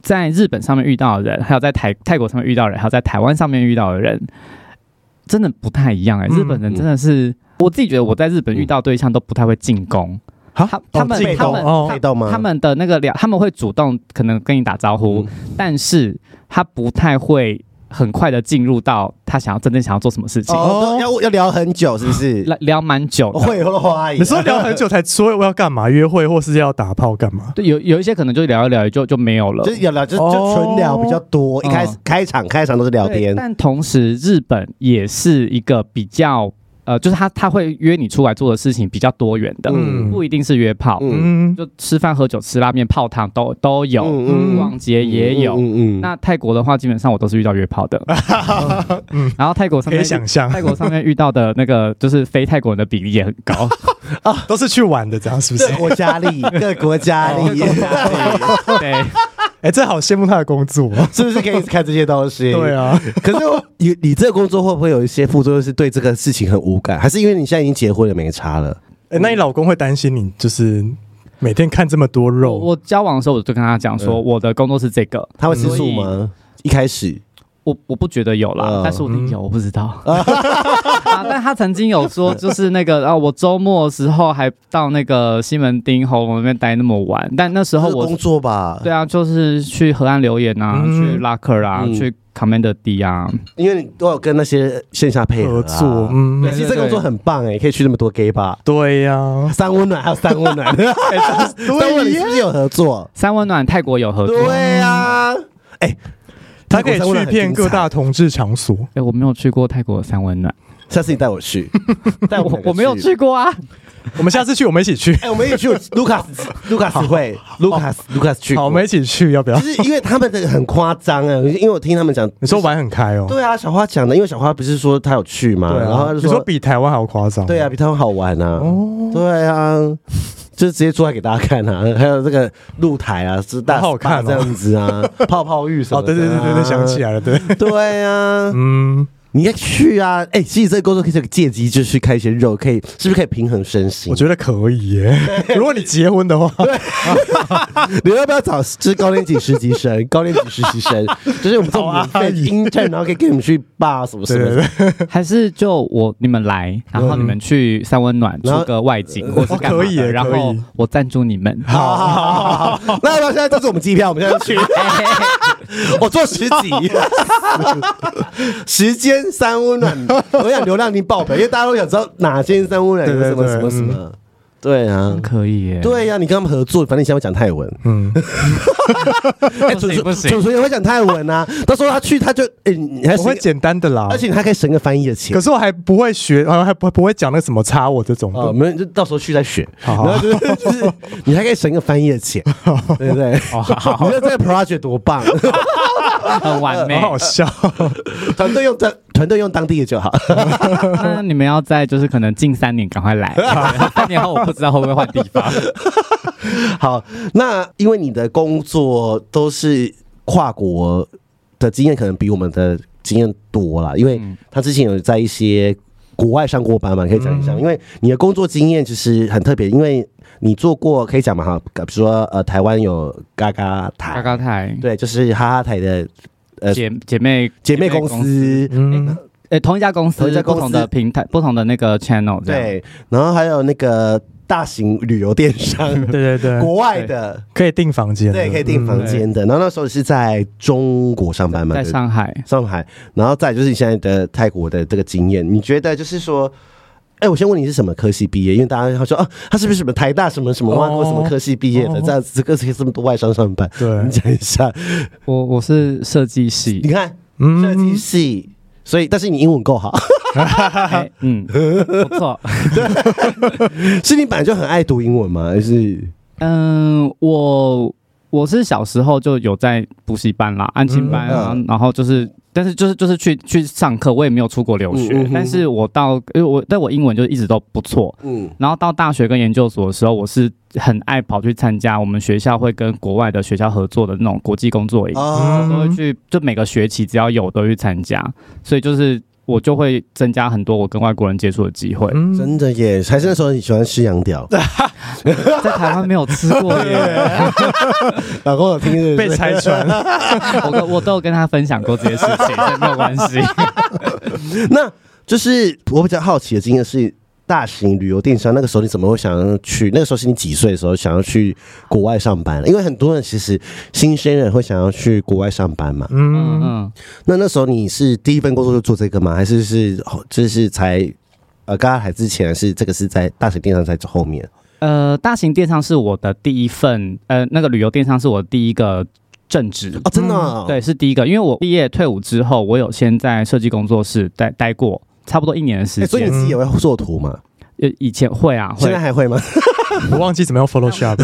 在日本上面遇到的人，还有在台泰国上面遇到的人，还有在台湾上面遇到的人，真的不太一样哎、嗯日本人真的是，我自己觉得我在日本遇到对象都不太会进攻，好他他们被他动们哦被动吗？他们的那个聊，他们会主动可能跟你打招呼，嗯但是他不太会很快的进入到他想要真正想要做什么事情，哦，要要聊很久是不 是？聊聊蛮久的。会花你说聊很久才说我要干嘛，约会或是要打炮干嘛？对，有有一些可能就聊一聊就就没有了就，是有聊，就就纯聊比较多。一开始开场开场都是聊对天，但同时，日本也是一个比较呃，就是他他会约你出来做的事情比较多元的，嗯不一定是约炮，嗯嗯，就吃饭、喝酒、吃拉面、泡汤都都有，嗯逛街也有。嗯那泰国的话，基本上我都是遇到 约炮的，嗯然后泰国可上面以想象， 泰国上面遇到的那个就是非泰国人的比例也很 高，都是去玩的，这样是不是？各国家力， 各国家力，对， 哎，这好羡慕他的工作。是不是可以看这些东西？对。啊，可是我你你这个工作会不会有一些副作用？是对这个事情很无感，还是因为你现在已经结婚了，没差了？哎，那你老公会担心你就是每天看这么多我肉？我交往的时候我就跟他讲说，嗯我的工作是这个，他会吃素吗？一开始我我不觉得有啦，嗯但是我听有，我不知 道。啊，但他曾经有说，就是那个啊，我周末的时候还到那个西门町红楼那边待那么晚，但那时候这是我工作吧，对啊，就是去河岸留言啊，嗯去拉克啊，嗯去 Commander D 啊，因为你都有跟那些线下配合合啊作，。嗯对，其实这个工作很棒哎，可以去那么多 gay 吧，对呀，三温暖还有三温暖，三温暖你是不是有合作？三温暖泰国有合作，对呀，哎，他可以泰国三温去暖很精彩遍各大同志场所。哎，我没有去过泰国的三温暖，下次你带我去，带我我我没有。去过啊，我们下次去，我们一起去。哎，我们一起去卢卡斯，卢卡斯会，卢卡斯，卢卡斯去。好，我们一起去，要不要 就？是因为他们的很夸张啊，因为我听他们讲，你说玩很开哦。对啊，小花讲的，因为小花不是说她有去嘛，对啊，然后她就你说比台湾还要夸张。对啊，比他们好玩啊，哦对啊，就是直接出来给大家看啊， 还有这个露台啊，是大好好看哦这样子 啊，泡泡浴什哦，么的、啊对对对对对，想起，来了，对，对啊，嗯，你要去啊，哎、其实这个工作可以是个借机，就是去开一些肉，可以是不是可以平衡身心？我觉得可以耶。如果你结婚的话，啊你要不要找就是高年级实习生？ 高年级实习生就是我们这种免费 intern，然后可以跟你们去 bar 什么什啊对么对的。对，还是就我你们来，然后你们去三温暖然后出个外呃景或是干哦嘛可以耶的，然可后以我赞助你们。好好好好好，那要不要现在就是我们机票，我们现在就去。我做十集，时间三温暖，我想流量已经爆表，因为大家都想知道哪间三温暖有对对什么对什么什么。对啊，可以耶，对呀、你跟他们合作，反正你现在会讲泰文，嗯， 哎，不蠢行不行蠢蠢也会讲泰文啊。到时候他去，他就，哎，你还我会省，简单的啦而。且你还可以省个翻译的钱可。是我还不会学，啊，还不不会讲那个什么插我这种哦，的。没有，就到时候去再选。好好然后就是就是，你还可以省个翻译的 钱，对不对？你说这个 project 多棒， 啊很完美好。好笑，团队用当团队用当地的就好。那你们要在就是可能近三年赶 快来，三年后我不知道会不会换地方。好，那因为你的工作都是跨国的经验，可能比我们的经验多啦。因为他之前有在一些国外上过班嘛，你可以讲一下。因为你的工作经验其实很特别，因为你做过可以讲嘛哈，比如说呃，台湾有嘎嘎台，高高台对，就是哈哈台的呃姐姐妹姐妹公， 司。嗯，呃，同一家公司同一家，公不司同的平台，不同的那个 channel，这样，对，然后还有那个大型旅游电商，对对对，国外的，可以订房间，对，可以订房嗯间的。然后那时候是在中国上班嘛，在对上海，上海，然后再就是你现在的泰国的这个经验，你觉得就是说，哎，我先问你是什么科系毕业？因为大家他说啊，他是不是什么台大什么什么哦外国什么科系毕业的？这样子，这个这个这么多外商上班，嗯对你讲一下，我我是设计系你，看设计嗯，系，所以但是你英文够好， 哎嗯，不错，是你本来就很爱读英文吗？还是嗯，我我是小时候就有在补习班啦，安亲班啊，嗯然后就是。但是就是就是去去上课，我也没有出国留学。嗯嗯嗯但是我到因为我但我英文就一直都不错。嗯然后到大学跟研究所的时候，我是很爱跑去参加我们学校会跟国外的学校合作的那种国际工作营。嗯哦，都会去，就每个学期只要有都会去参加，所以就是我就会增加很多我跟外国人接触的机 会。嗯真的耶，还是那时候你喜欢吃羊屌，在台湾没有吃过耶，老公有听是不 被是拆穿， 我跟我都有跟他分享过这些事 情，所以没有关系。 那就是呃我比较好奇的经验是，大型旅游电商那个时候你怎么会想要去？那个时候是你几岁的时候想要去国外上班？因为很多人其实新鲜人会想要去国外上班嘛。嗯嗯，嗯，那那时候你是第一份工作就做这个吗？还是是哦就是才呃刚刚还之前是这个是在大型电商在后面？呃，大型电商是我的第一份，呃，那个旅游电商是我第一个正职。哦，真的、哦嗯对，是第一个，因为我毕业退伍之后，我有先在设计工作室待待过差不多一年的时哎间。所以你自己也会做图吗？呃以前会啊，现会在还会吗？ 我忘记怎么用 Photoshop，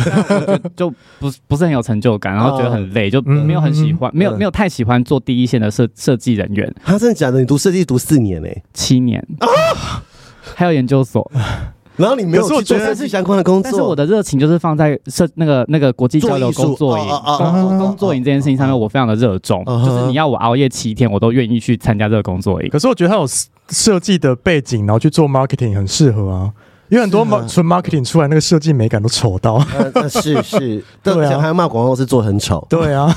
就不是不是很有成就感，然后觉得很累，哦就嗯没有很喜欢，没有没有太喜欢做第一线的设设计人员，他、啊真的假的？你读设计读四年呢、欸七年。哦还有研究所，然后你没有可是我去做觉得设计相关的工作，但是我的热情就是放在设那个那个国际交做流艺术工作营、哦哦哦工哦哦作工作营这件事情上面，我非常的热衷。嗯哼就是你要我熬夜七天，我都愿意去参加这个工作营。可是我觉得他有设计的背景，然后去做 marketing 很适合啊，因为很多是啊 mar- 纯 marketing 出来那个设计美感都丑到。 呃呃是 是，但对啊而且还要骂广告是做很丑，对啊，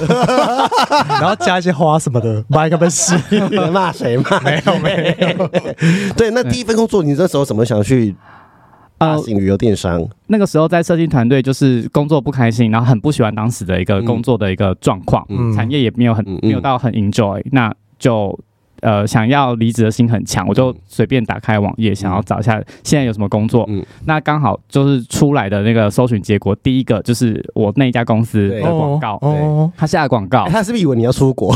然后加一些花什么的，把一个被吸。啊你能骂谁 骂？ 没有没有，对，那第一份工作你那时候怎么想去大呃，型旅游电商？那个时候在设计团队就是工作不开心，然后很不喜欢当时的一个工作的一个状况，嗯产业也没有很嗯嗯没有到很 enjoy，那就呃想要离职的心很强，我嗯就随便打开网页想要找一下现在有什么工作，嗯那刚好就是出来的那个搜寻结果，第一个就是我那一家公司对的广告。哦，他下的广告哎，他是不是以为你要出国？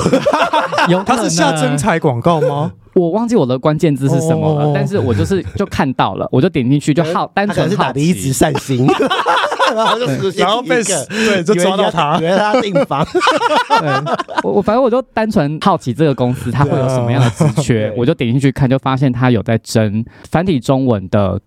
有可他能是下真彩广告吗？我忘记我的关键字是什么了，哦但是我就是就看到了，我就点进去就 好，单哎他可纯能是打好的一奇直，善 心，然后就出现然后一被个对就抓到他以，为他订 房。对，我我反正我就单纯好奇这个公司它会有什么样的职缺对，啊我就点进去看，就发现它有在征繁体中文的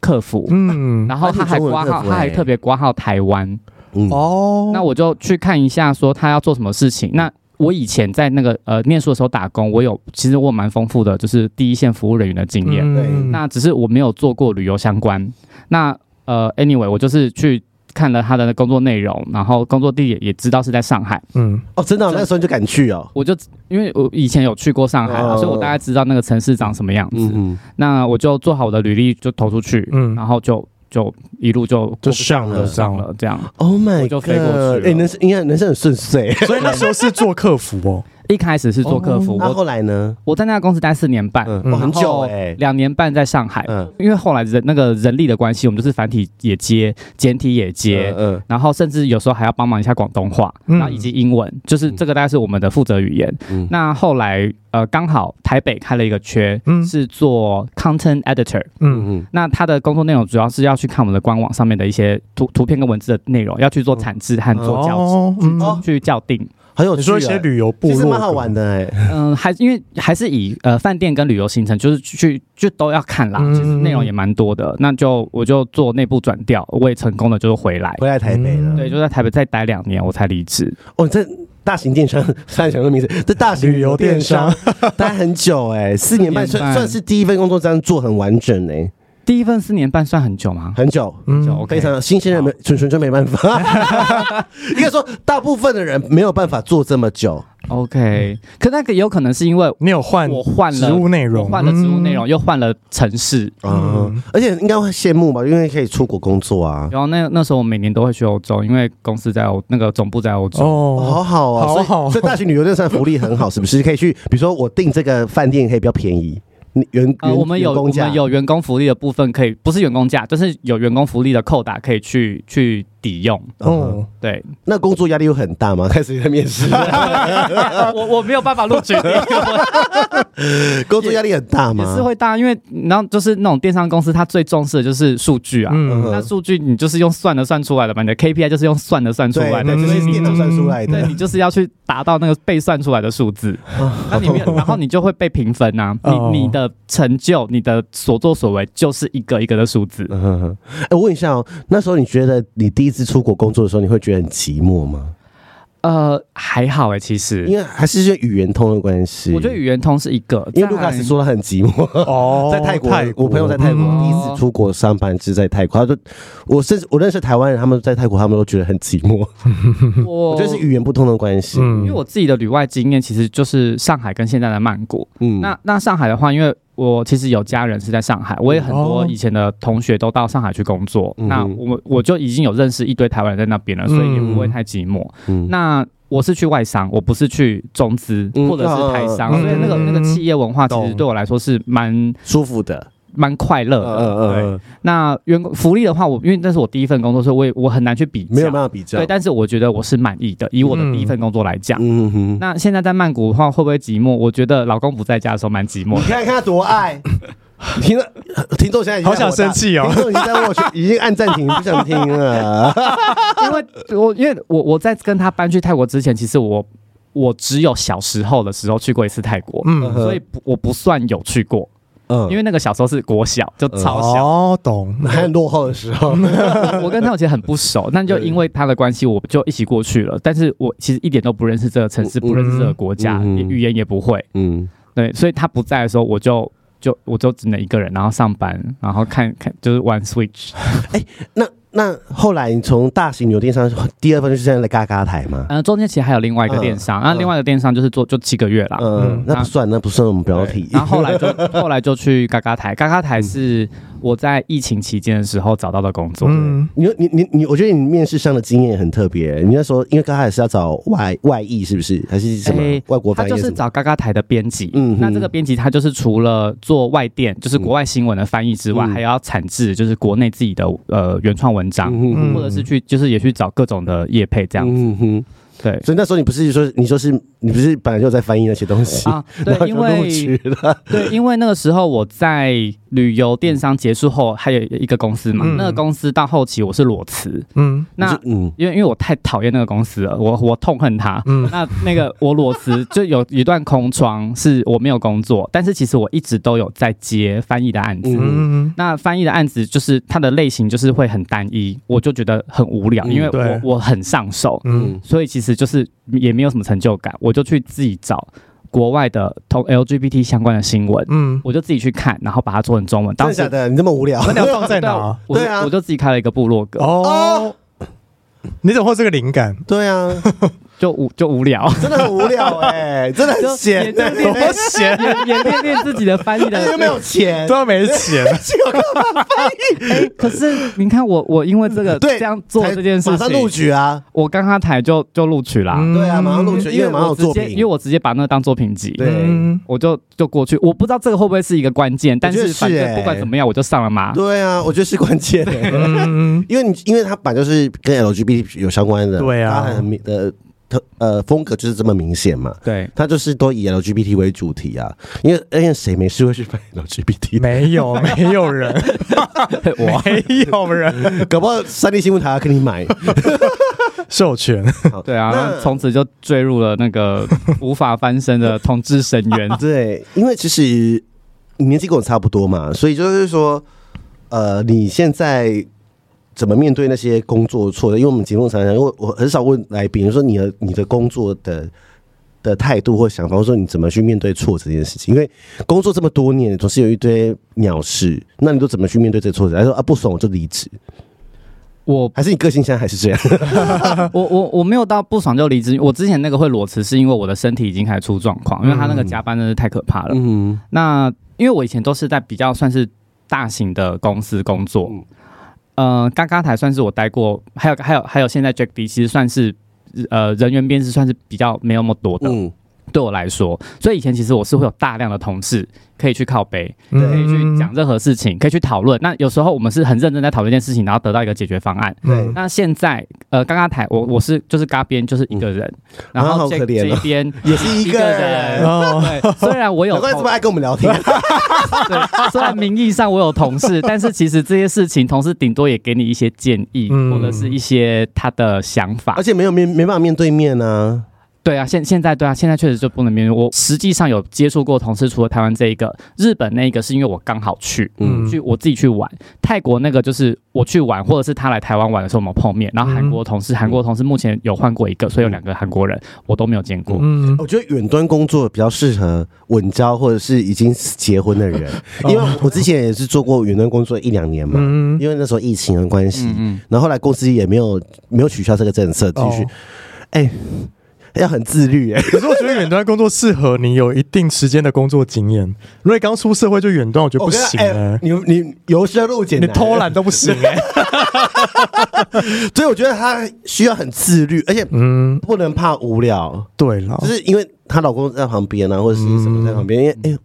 客服，嗯，然后它还繁挂体中文客号，服它还欸特别挂号台湾。嗯，哦，那我就去看一下，说他要做什么事情。那我以前在那个呃念书的时候打工，我有其实我有蛮丰富的，就是第一线服务人员的经嗯验。对那只是我没有做过旅游相关。那呃，anyway，我就是去看了他的工作内容，然后工作地点也知道是在上海。嗯哦，真的哦，那时候你就敢去哦。我就因为我以前有去过上海啊，哦所以我大概知道那个城市长什么样子。嗯嗯，那我就做好我的履历就投出去，嗯然后就就一路就就过上了上上了这样。 ，Oh my，我就飞过去 god，了哎，人生应该人生很顺遂，所以那时候是做客服哦，一开始是做客服，那我后来呢？我在那个公司待四年半，哦嗯，嗯哦很然后久哎，两年半在上海。嗯，因为后来人那个人力的关系，我们就是繁体也接，简体也接，嗯然后甚至有时候还要帮忙一下广东话，嗯然后以及英文，就是这个大概是我们的负责语言。嗯那后来呃，刚好台北开了一个缺，嗯是做 content editor。嗯嗯那他的工作内容主要是要去看我们的官网上面的一些图图片跟文字的内容，要去做产制和做校、哦，嗯哦去校订。很有你趣说欸，一些旅游部其落实格，蛮好玩的哎，嗯，还因为还是以呃饭店跟旅游行程，就是去就都要看啦，嗯其实内容也蛮多的。那就我就做内部转调，我也成功的就是回来，嗯回来台北了。对，就在台北再待两年，我才离职。哦，这大型电商， 三想的名字，这大型旅游电商 待很久哎，四年半四年算半算是第一份工作，这样做很完整哎，第一份四年半算很久吗？很久。嗯就 OK 非常新鲜人没，纯纯就没办 法。应该说，大部分的人没有办法做这么久。 OK，可那个有可能是因为你有换我换植了物内容，我换了职务内容，又换了城市。啊，嗯而且应该会羡慕吧，因为可以出国工作啊，然后那那时候我每年都会去欧洲，因为公司在欧那个总部在欧嗯。洲。哦哦，好好哦，好所以好所以大型旅游电商福利很好，是不是？可以去，比如说我订这个饭店可以比较便宜，你员呃，员我们有员我工价们有员工福利的部分可以，不是员工价，就是有员工福利的扣打可以去去抵用。哦，哦， 对，那工作压力又很大 吗？开始在面试，我我没有办法录取你，我工作压力很大 也吗？是会大，因为然后就是那种电商公司，它最重视的就是数据啊。嗯，那数据你就是用算的算出来的嘛，你的 KPI 就是用算的算出对来的，对，就所以是你电脑算出来欸对的你就是要去达到那个被算出来的数 字，啊。那里面然后你就会被评分呐、哦啊，你你的成就、你的所作所为就是一个一个的数字。 嗯哼哼，哎、我问一下哦，那时候你觉得你第一次出国工作的时候，你会觉得很寂寞吗？呃，还好哎、其实因为还是因为语言通的关系。我觉得语言通是一个，因为卢卡斯说他很寂寞， 哦，在泰国，我朋友在泰国、嗯第一次出国上班是在泰国，他就我甚至我认识台湾人，他们在泰国他们都觉得很寂寞，哦在我我觉得是语言不通的关系。嗯因为我自己的旅外经验其实就是上海跟现在的曼谷。嗯，那那上海的话，因为我其实有家人是在上海，我也很多哦以前的同学都到上海去工作，嗯那我我就已经有认识一堆台湾人在那边了，所以也不会太寂寞。嗯那我是去外商，我不是去中资嗯或者是台商，嗯所以那个嗯那个企业文化其实懂对我来说是蛮舒服的，蛮快乐嗯的。嗯对嗯，那员工福利的话，我因为那是我第一份工作，所以我也我很难去比较。没有办法比较呃对，。但是我觉得我是满意的，以我的第一份工作来讲。嗯哼，那现在在曼谷的话，会不会寂寞？我觉得老公不在家的时候蛮寂寞 你看看他多 爱，听到听众现在已经好想生气哦听众已经在我 去，已经按暂停，不想听了。的，因为我因为我我在跟他搬去泰国之前，其实我我只有小时候的时候去过一次泰国，呃嗯，所以不我不算有去过，嗯因为那个小时候是国小，就超小。哦，懂，还有落后的时候，嗯 我我跟他其实很不熟，但就因为他的关系，我就一起过去了。但是我其实一点都不认识这个城嗯市，不认识这个国家，嗯也语言也不会。嗯，对，所以他不在的时候，我就就我就只能一个人，然后上班，然后看看就是玩 Switch。那那后来你从大型酒店上第二份就是现在的嘎嘎台嘛，嗯、中间其实还有另外一个电商，嗯啊那、另外一个电商就是做就七个月啦。嗯嗯，那不算，那不算我们标对题。然后后来就 后来就去嘎嘎台，嘎嘎台是我在疫情期间的时候找到的工作。嗯，你你你你，我觉得你面试上的经验很特别。你那时候因为刚开始是要找外外裔，是不是？还是什么、诶外国他翻译就还什是么？找嘎嘎台的编辑，嗯哼那这个编辑他就是除了做外电，就是国外新闻的翻译之外，嗯还要产制就是国内自己的呃原创文章，嗯嗯或者是去就是也去找各种的业配这样。嗯哼，对所以那时候你不是说你说是你不是本来就在翻译那些东西，啊， 然后 就对，因录取为了。对，因为那个时候我在旅游电商结束后，还有一个公司嘛，嗯那个公司到后期我是裸辞，嗯那就嗯因为因为我太讨厌那个公司了，我我痛恨他。嗯那那个我裸辞就有一段空窗，是我没有工作，但是其实我一直都有在接翻译的案子。嗯嗯那翻译的案子就是它的类型就是会很单一，我就觉得很无聊，嗯因为对我我很上手，嗯，所以其实就是也没有什么成就感，我就去自己找国外的同 LGBT 相关的新闻，嗯，我就自己去看，然后把它做成中文。真当的时假的？你这么无聊？那你要放在 哪？哦我就对啊哦我就自己开了一个部落格，哦，你怎么会有这个灵感？ 对啊，就无就无聊，真的很无聊哎、 真的就很也闲、就欸，练多闲， 也也练练自己的翻译而且的又没有钱都，要没钱，哎，可是你看我，我因为这个嗯对，这样 做才这件事马上录情，取啊，我刚刚台就就录取啦，嗯对啊，马上录取，因为马上有我直作接品，因为我直接把那个当作品集，对嗯我就就过去，我不知道这个会不会是一个关键，但觉得是反是正欸不管怎么样，我就上了嘛。对啊，我觉得是关 键、欸，嗯，因为你因为它本来就是跟 LGBT 有相关的，对啊它很明的特呃风格就是这么明显嘛。对，它就是都以 LGBT 为主题啊，因为因为谁没事会去翻 LGBT？没有没有人，我没有人搞不好三立新闻台要跟你买，授权，对啊，然后从此就坠入了那 个无法翻身的统治深渊。对，因为其实你年纪跟我差不多嘛，所以就是说，呃，你现在怎么面对那些工作错的？因为我们节目常常，因为我很少问来宾说你的你的工作的的态度或想法，或者说你怎么去面对错这件事情。因为工作这么多年，总是有一堆鸟事，那你都怎么去面对这挫折？他说啊，不爽我就离职，我还是你个性现在还是这样？我我我没有到不爽就离职，我之前那个会裸辞是因为我的身体已经开始出状况，因为他那个加班真的是太可怕了。嗯，那因为我以前都是在比较算是大型的公司工作，嗯呃，嘎嘎台算是我待过，还有还有还有现在 Jack D 其实算是呃人员编制算是比较没有那么多的，嗯，对我来说，所以以前其实我是会有大量的同事可以去靠背，对嗯可以去讲，任何事情，可以去讨论。那有时候我们是很认真在讨论一件事情，然后得到一个解决方案。嗯那现在，呃，刚刚台我我是就是嘎边就是一个人，然啊后好这可怜哦这边 也是一个人。哦，对，虽然我有难怪这同么爱跟我们聊 天，对，虽然名义上我有同事，但是其实这些事情，同事顶多也给你一些建议，嗯或者是一些他的想法而。且没有面没办法面对面啊。对啊，现现在对啊，现在确实就不能面对。我实际上有接触过同事，除了台湾这一个，日本那一个是因为我刚好去。嗯去我自己去玩，泰国那个就是我去玩，或者是他来台湾玩的时候我们碰面。然嗯后韩国同事，韩国同事目前有换过一个，所以有两个韩国人我都没有见过。嗯，哦我觉得远端工作比较适合稳交或者是已经结婚的 人，因为我之前也是做过远端工作一两年嘛，哦嗯因为那时候疫情的关系，嗯然后后来公司也没有没有取消这个政策，继续哦要很自律哎、可是我觉得远端工作适合你有一定时间的工作经验，如果你刚出社会就远端，我觉得我不跟他行哎哎，你你由奢入俭，你偷，懒都不行哎， 所以我觉得她需要很自律，而且嗯，不能怕无聊，对了就，是因为她老公在旁边啊，或者是什么在旁边，因为哎、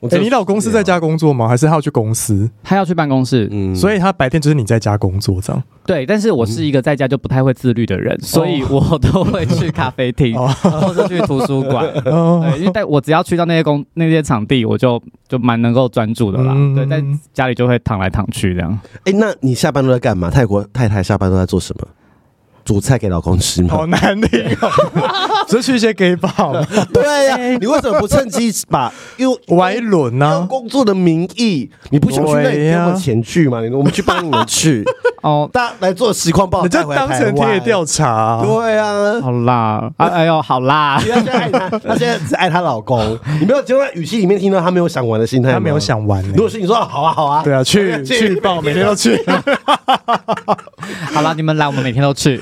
我嗯哎，真的你老公是在家工作吗？还是他要去公司？他要去办公室，嗯所以他白天就是你在家工作 这样。对，但是我是一个在家就不太会自律的嗯人，所以我都会去咖啡厅，哦或是去图书 馆。哦，对，因为但我只要去到那些工那些场地，我就就蛮能够专注的啦。嗯对，在家里就会躺来躺去 这样。哎、那你下班都在干嘛？泰国太太下班都在做什么？煮菜给老公吃吗？ 好难听哦， 只是去一些 gay bar 对呀、哎你为什么不趁机把 用玩一轮用呢？工作的名义，你不想去那里啊对给呀我们钱去吗？你我们去帮你们去，哦，大家来做实况报，你就带回当台成湾田野调查，对 啊。好啦，啊，哎呦，好啦其，实她现在爱她，她现在只爱她老公。你没有就在语气里面听到她没有想玩的心态，他没有。想玩欸。如果是你说好啊好啊，对啊，去 去去报，每天都去。好啦，你们来，我们每天 都去。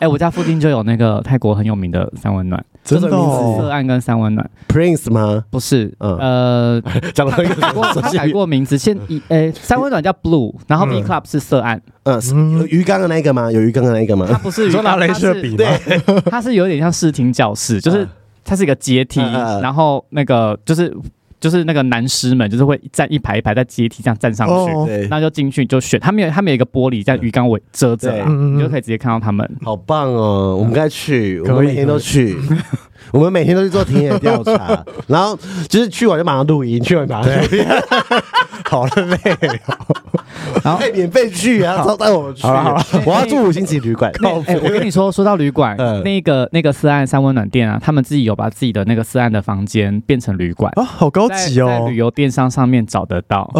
哎，我家附近就有那个泰国很有名的三温暖，真的色哦，案跟三温暖 Prince 吗？不是，嗯呃，讲了一改过个他改过名字，现以诶三温暖叫 Blue，然后 B Club 是色案，嗯，是有鱼缸的那一个吗？有鱼缸的那一 个它吗？不是你鱼说缸拿镭它射是笔吗？它是有点像视听教室，就是嗯它是一个阶梯，嗯嗯嗯然后那个就是就是那个男师们就是会站一排一排在阶梯这样站上去，哦对，那就进去就选。他们有他们有一个玻璃在鱼缸尾遮着啦，对嗯嗯嗯你就可以直接看到他们。 好棒哦！我们该去，可以我们每天都去，我们每天都去做田野调 查，然后就是去完就马上录音，去完马上录 音， 好累哦，然后哎，免费去啊，招待我们去。好了好了我要住五星级旅馆。那哎、我跟你说，说到旅馆，嗯那个那个四岸三温暖店啊，他们自己有把自己的那个四岸的房间变成旅馆，啊，好高在级在哦旅。游电商上面找得到。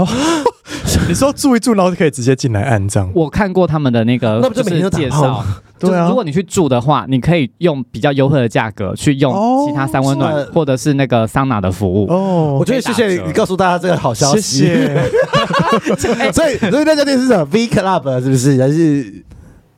你说住一住，然后就可以直接进来按这样。我看过他们的那个，那不就每天都是打介炮绍吗？ 对就啊是如果你去住的话，你可以用比较优惠的价格去哦用其他三温暖是吗或者是那个桑拿的服务。我哦，觉得谢谢你告诉大家这个好消谢息。谢。 哎啊所以所以那家店是什么？V Club 是不是？还是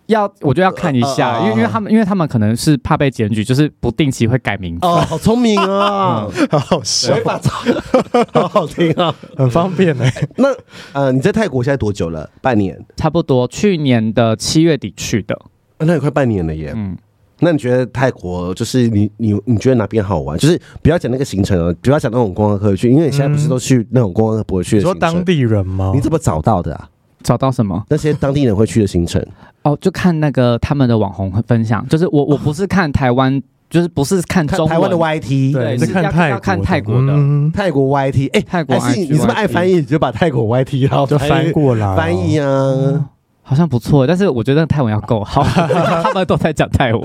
要我就要看一下，呃呃因为因为他们因为他们可能是怕被检举，就是不定期会改名字。哦，好聪明 啊！ 好好笑，法操， 好好听啊！很方便哎、那呃，你在泰国现在多久了？半年？差不多去年的七月底去的，啊那也快半年了耶。嗯，那你觉得泰国就是你你你觉得哪边好玩？就是不要讲那个行程哦，不要讲那种观光客去，因为你现在不是都去那种观光客不会去你的行说程。当地人吗？你怎么找到的啊？找到什么？那些当地人会去的行程？哦，就看那个他们的网红分享，就是我我不是看台湾，就是不是看看中文台湾的 YT，对在是看要泰要国，看泰国的嗯泰国 YT，哎、泰国还是你 IG 你是不是爱翻译？你就把泰国 YT 然后就翻过来、翻译啊。啊。好像不错，但是我觉得泰文要 够好，他们都在讲泰文。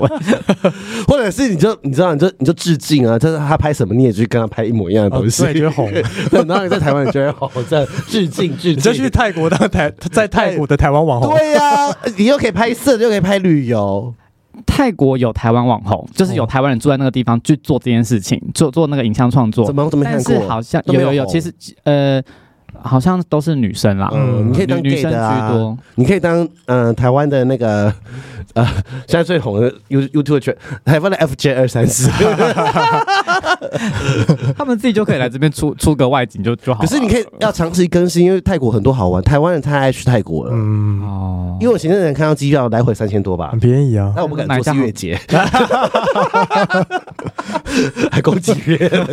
或者是你就你知道你就你就致敬啊，就是他拍什么你也去跟他拍一模一样的哦东西，对就 红对然后你在台湾你就会好这样致敬致敬，你就去泰国当台，在泰国的台湾网红，对呀、你又可以拍摄，又可以拍旅游，泰国有台湾网红，就是哦有台湾人住在那个地方去做这件事情，做做那个影像创作怎。么怎么但看是过？好像都没有有有有，红其实呃，好像都是女生啦，嗯，你可以当女女 gay 生的居啊， 多。你可以当嗯、呃台湾的那个呃 现在最红的 You YouTube 圈，台湾的 FJ 二三 四，他们自己就可以来这边出出个外景就就好可了。是你可以要长期更新，因为泰国很多好玩，台湾人太爱去泰国了，嗯，哦，因为我前阵子看到机票来回三千多吧嗯很，便宜啊。那我不敢说是月结， 还攻击别人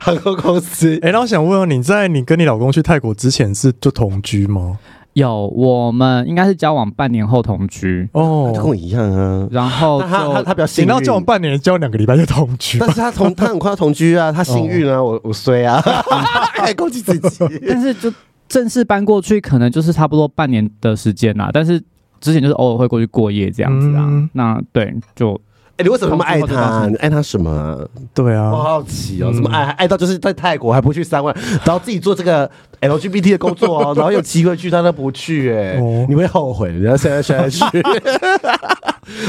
航空公司。哎、那我想问问你在你跟你老公去泰国之前是就同居吗？有我们应该是交往半年后同居，就跟哦，我一样啊，然后那他他哦就他比较你幸那交往运，半年，交往两个礼拜就同居吧但？是他同他很快要同居啊，他幸运啊，我我衰啊，哦 还攻击自己。但是就正式搬过去，可能就是差不多半年的时间啦。但是之前就是偶尔会过去过夜这样子啊。嗯那对，就哎，你为什么那么爱他啊？同你爱他什么啊？对我啊，好奇哦，嗯怎么爱爱到就是在泰国还不去三万，然后自己做这 个 LGBT 的工作哦，然后有机会去他都不去，哎哦，你会后悔，人家现在现在 去。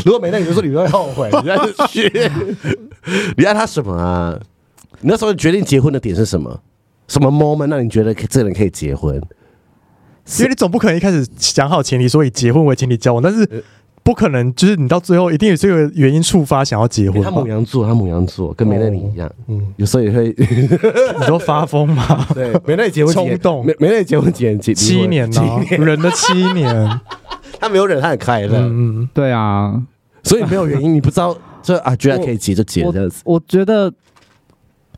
如果没那，你就说你会后悔，人家就去。你爱他什么啊？你那时候决定结婚的点是什么？什么 moment 让你觉得可这个人可以结婚？因为你总不可能一开始讲好前提说以结婚为前提交往，但是不可能就是你到最后一定有这个原因触发想要结婚哎他母吧？羊座，他母羊座跟梅那里一样，嗯，有时候也会？你都发疯吗 对梅那里结婚几年冲动梅梅那里结婚几年？几七年呢、离婚人的七年，他没有忍，他很快乐。嗯嗯，对啊，所以没有原因，你不知道，就啊，居然可以结就结这样子。我觉得，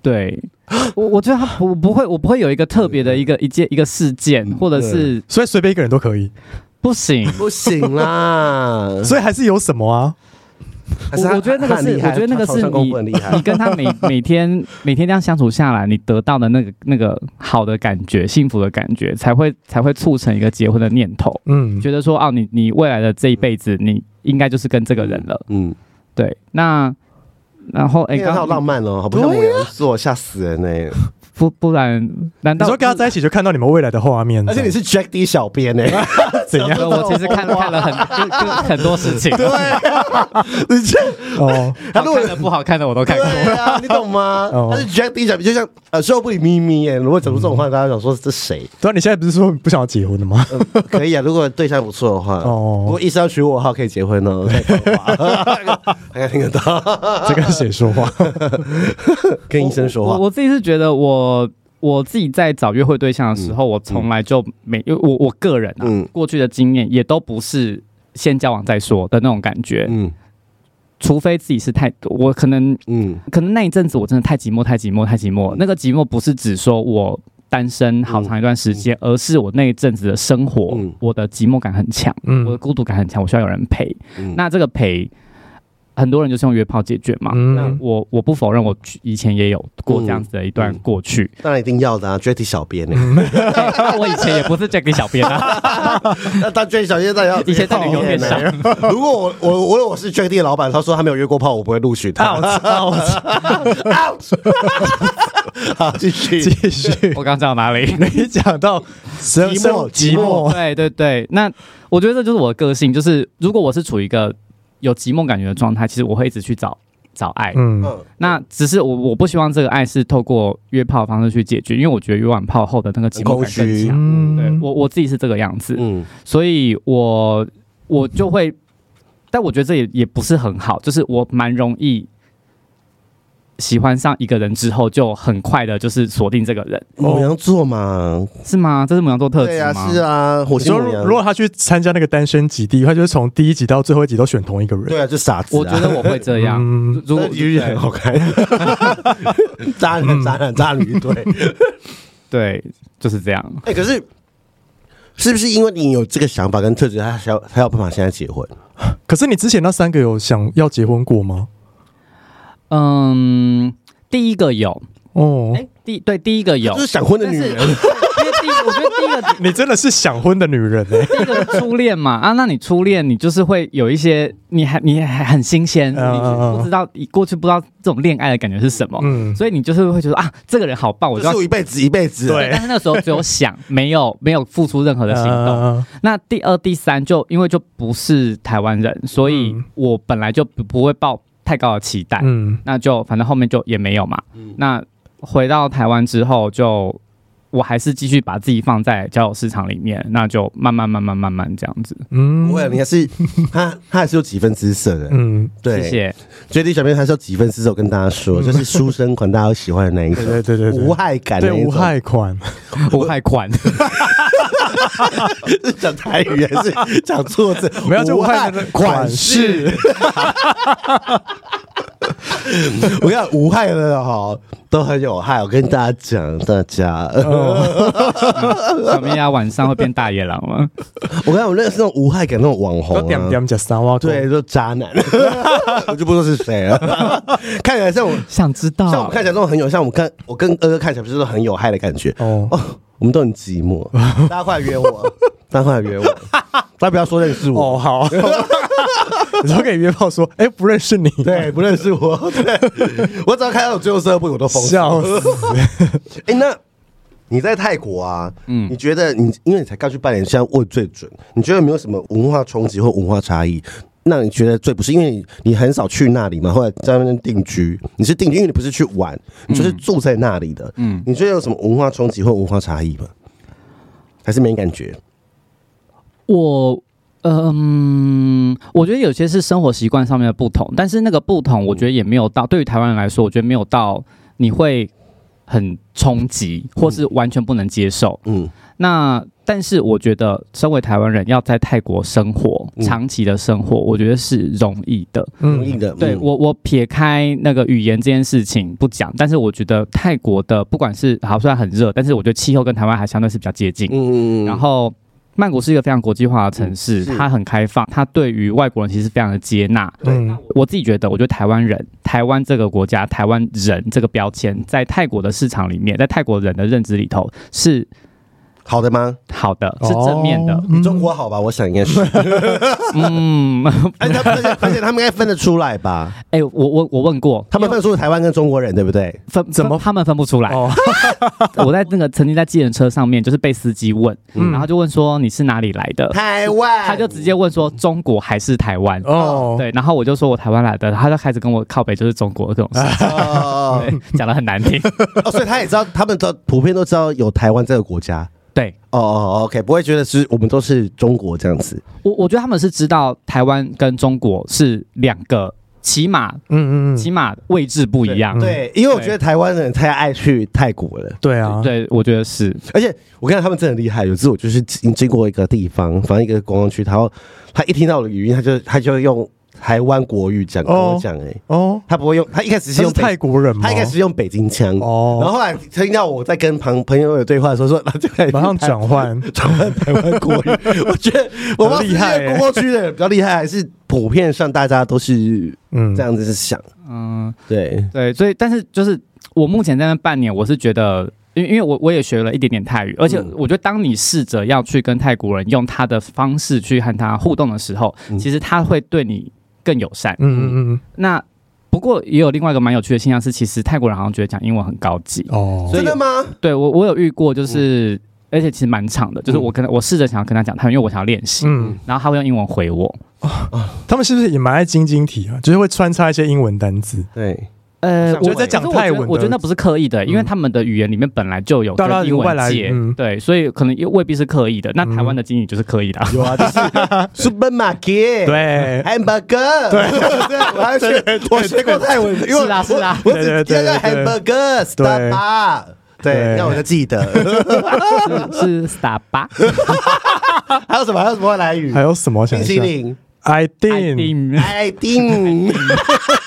对 我我觉得他不不会，我不会有一个特别的一个一件一个事件，或者是所以随便一个人都可以，不行。不行 啦，所以还是有什么啊？还是他我我觉得那个他很厉害是我觉得那个他是床上功夫很厉害你。跟他每每天每天这样相处下来，你得到的那个那个好的感觉、幸福的感觉，才会才会促成一个结婚的念头。嗯，觉得说哦，你你未来的这一辈子，你应该就是跟这个人了。嗯，对，那然后哎，哎，他刚好浪漫哦，好不像我羊座，吓死人呢。不不然，难你道说跟他在一起就看到你们未来的画面，而且你是 Jack D 小编 呢，怎样？我其实看看了很就就很多事情，啊啊你这哦，他好如果看的不好看的我都看过。对啊，你懂吗？哦他是 Jack D 小编，就像呃，售后部里咪咪耶。如果讲出这种话，大家想说这 谁？对啊，你现在不是说你不想要结婚了吗？可以啊，如果对象不错的话，哦 不过医生要娶我的话，可以结婚哦。 大家听得到，在跟谁说话？跟医生说我话。我自己是觉得我我自己在找约会对象的时候，我从来就没，因为我我个人啊，嗯过去的经验也都不是先交往再说的那种感觉，嗯除非自己是太我可能嗯可能那一阵子我真的太寂寞，太寂寞，太寂寞。那个寂寞不是指说我单身好长一段时间，而是我那一阵子的生活，嗯我的寂寞感很强，我 的嗯孤独感很强，我需要有人陪。嗯那这个陪，很多人就是用约炮解决嘛。嗯，我我不否认，我以前也有过这样子的一段嗯嗯过去，当然一定要的啊 j a c k 小编嗯呢？ 但我以前也不是 Jack 小编啊， 那当 Jack 小编当然要哦以前到底有 点傻。如果我我我我是 Jack D 的老板，他说他没有约过炮，我不会录取他。 好，继续。继续。 我刚讲到哪里？你讲到寂寂寞寂寞，对对 对，那我觉得这就是我的个性，就是如果我是处于一个有寂寞感觉的状态，其实我会一直去找找爱。嗯嗯那只是我我不希望这个爱是透过约炮的方式去解决，因为我觉得约完炮后的那个寂很寞感空更虚强。对嗯，我我自己是这个样子，嗯所以我我就会但我觉得这也也不是很好，就是我蛮容易喜欢上一个人之后，就很快的就是锁定这个人，母羊座嘛，是吗？这是母羊哦座特质对吗？啊，是啊，火你星说母羊，如果他去参加那个单身极地，他就是从第一集到最后一集都选同一个人。对啊，就傻子、啊。我觉得我会这样。嗯，如果那鱼也很好 看，渣嗯男渣男渣女对，对，就是这样。哎、可是是不是因为你有这个想法跟特质，他才有才有办法现在结婚？可是你之前那三个有想要结婚过吗？嗯，第一个有，哦哎、，第对第一个有就，是想婚的但女是因为人，第一，我觉得第一个你真的是想婚的女人 哎、第一个初恋嘛，啊，那你初恋你就是会有一些，你还你还很新鲜，嗯嗯你不知道你过去不知道这种恋爱的感觉是什么，嗯，所以你就是会觉得啊，这个人好棒，我就就要是。我一辈子一辈子。啊对 但是那个时候只有想，没有 没有付出任何的行动。呃那第二、第三就因为就不是台湾人，所以嗯我本来就不不会抱太高的期待。嗯，那就反正后面就也没有嘛。那回到台湾之后就，我还是继续把自己放在交友市场里面，那就慢慢慢慢慢慢这样子。嗯不会，你还 是他，他还是有几分姿色的。嗯，对，谢谢。绝地小编还是有几分姿色，我跟大家说，就是书生款大家都喜欢的那一种，对对对对对无害感那对哎一种，无害款，不太 宽， 是讲台语还 是讲错字？没有就无无害害的款款式式。我看无害的哈都很有害，我跟大家讲，大家，嗯小明呀，晚上会变大野狼吗？ 我看我认识那种无害感那种网红、都点啊，点加三万，对，，就渣男， 我就不说是谁了， 看起来像我。想知道？啊像我们看起来都很有，像我们看我跟哥哥看起来不是都很有害的感觉哦哦，我们都很寂寞，大家快来约我，大家快来约我，大家不要说认识我，哦好， 你说可以约炮说，哎、不认识你，对，不认识我，对 我只要看到有最后十二部我都疯了。笑死，哎、那你在泰国啊，嗯你觉得你因为你才刚去半年，现在问最准，你觉得有没有什么文化冲击或文化差异？那你觉得最不是因为你你很少去那里嘛，后来在那边定居，你是定居，因为你不是去玩，你就是住在那里的。嗯嗯，你觉得有什么文化冲击或文化差异吗？还是没感觉？我。呃嗯，我觉得有些是生活习惯上面的不同，但是那个不同，我觉得也没有到、对于台湾人来说，我觉得没有到你会很冲击，或是完全不能接受。嗯，那但是我觉得，身为台湾人要在泰国生活、嗯长期的生活，我觉得是容易的。容易嗯的。对嗯，我，我撇开那个语言这件事情不讲，但是我觉得泰国的不管是好虽然很热，但是我觉得气候跟台湾还相对是比较接近。嗯然后曼谷是一个非常国际化的城市，嗯是它很开放，它对于外国人其实非常的接纳。嗯我自己觉得，我觉得台湾人、台湾这个国家、台湾人这个标签，在泰国的市场里面，在泰国人的认知里头是好的吗？好的，是正面的。哦比中国好吧？我想应该是，嗯， 而且哎他们而且他们应该分得出来吧？哎、我我我问过，他们因为分得出台湾跟中国人，对不对？分怎么分他们分不出 来？哦，我在那个曾经在计程车上面，就是被司机问，嗯然后就问说你是哪里来的，台湾，呃他就直接问说中国还是台湾？哦，对，然后我就说我台湾来的，他就开始跟我靠北，就是中国这种事，哦对讲的很难 听。哦，所以他也知道，他们都普遍都知道有台湾这个国家。对哦哦，OK，不会觉得是我们都是中国这样子。我，我觉得他们是知道台湾跟中国是两个，起码嗯嗯嗯，起码位置不一样。对，因为我觉得台湾人太爱去泰国了，对啊，对，我觉得是，而且我看他们真的很厉害。有次我就是经经过一个地方，反正一个观光区，然后他一听到我的语音，他就他就用台湾国语讲跟我讲、欸，哎、哦，他不会用，他一开始是他是用北泰国人吗？他一开始是用北京腔。然后哦，后来听到我在跟朋朋友有对话的时候，说， 然后就开始马上 转换，转换台湾国语，我觉得我忘很厉害欸国区的人比较厉害，还是普遍上大家都是嗯这，样子想？嗯，对，对，所以但是就是我目前在那半年，我是觉得，因为因为我我也学了一点点泰语，而且嗯我觉得当你试着要去跟泰国人用他的方式去和他互动的时候，嗯其实他会对你更友善。嗯嗯那不过也有另外一个蛮有趣的现象是，其实泰国人好像觉得讲英文很高级。嗯，哦，所以真的吗？对我我有遇过，嗯就是、而且其实蛮长的，就是嗯我跟他我试着想要跟他讲泰语，因为我想要练习。嗯，然后他会用英文回我，他们是不是也蛮爱晶晶体啊？就是会穿插一些英文单字，对，呃，像我我觉得在讲可是我觉泰得文的嗯我觉得那不是刻意的，因为他们的语言里面本来就有当然跟英有外文来界嗯，对，所以可能又未必是刻意的。那台湾的经理就是刻 意的啊，有啊，就是 supermarket，对，hamburger，对，对，我还学我学过泰文，因为是啊是啊我我只对对记对得对 hamburger star，对，对那我就记得。是是傻 吧？还有什么？还有什么外来语还？有什么？我想冰一淇下淋， ，I 爱 think 定，哎，丁，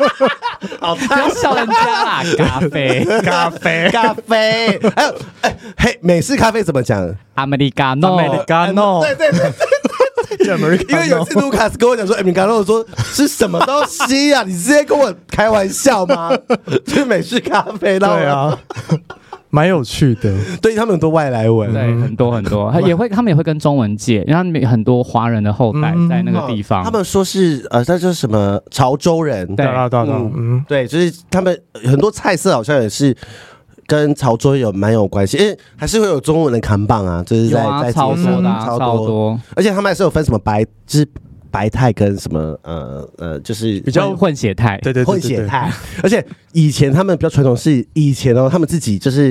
好 不烫要。笑人家啦，咖啡，咖啡咖啡，还有哎嘿，美式咖啡怎么讲？阿美利卡诺， ，Americano，对 对对，因为有一 Americano，次卢卡斯跟我讲说，哎，米卡诺说是什么东西 呀、你直接跟我开玩笑吗？ 是美式咖啡，然后对，啊，蛮有趣的，对他们很多外来文，对，很多很嗯多，也会他们也会跟中文界，因为他们很多华人的后代嗯在那个地方，他们说是呃，那就是什么潮州人，对对啊，对啊，对啊嗯，对，就是他们呃很多菜色好像也是。跟潮州有蛮有关系，因为还是会有中文的扛棒啊，就是有在、啊，在超街上多的啊，超超多，而且他们还是有分什么白，就是白菜跟什么呃呃，就是比较混混血态，对对对，混对血。对态。而且以前他们比较传统，是以前哦，他们自己就是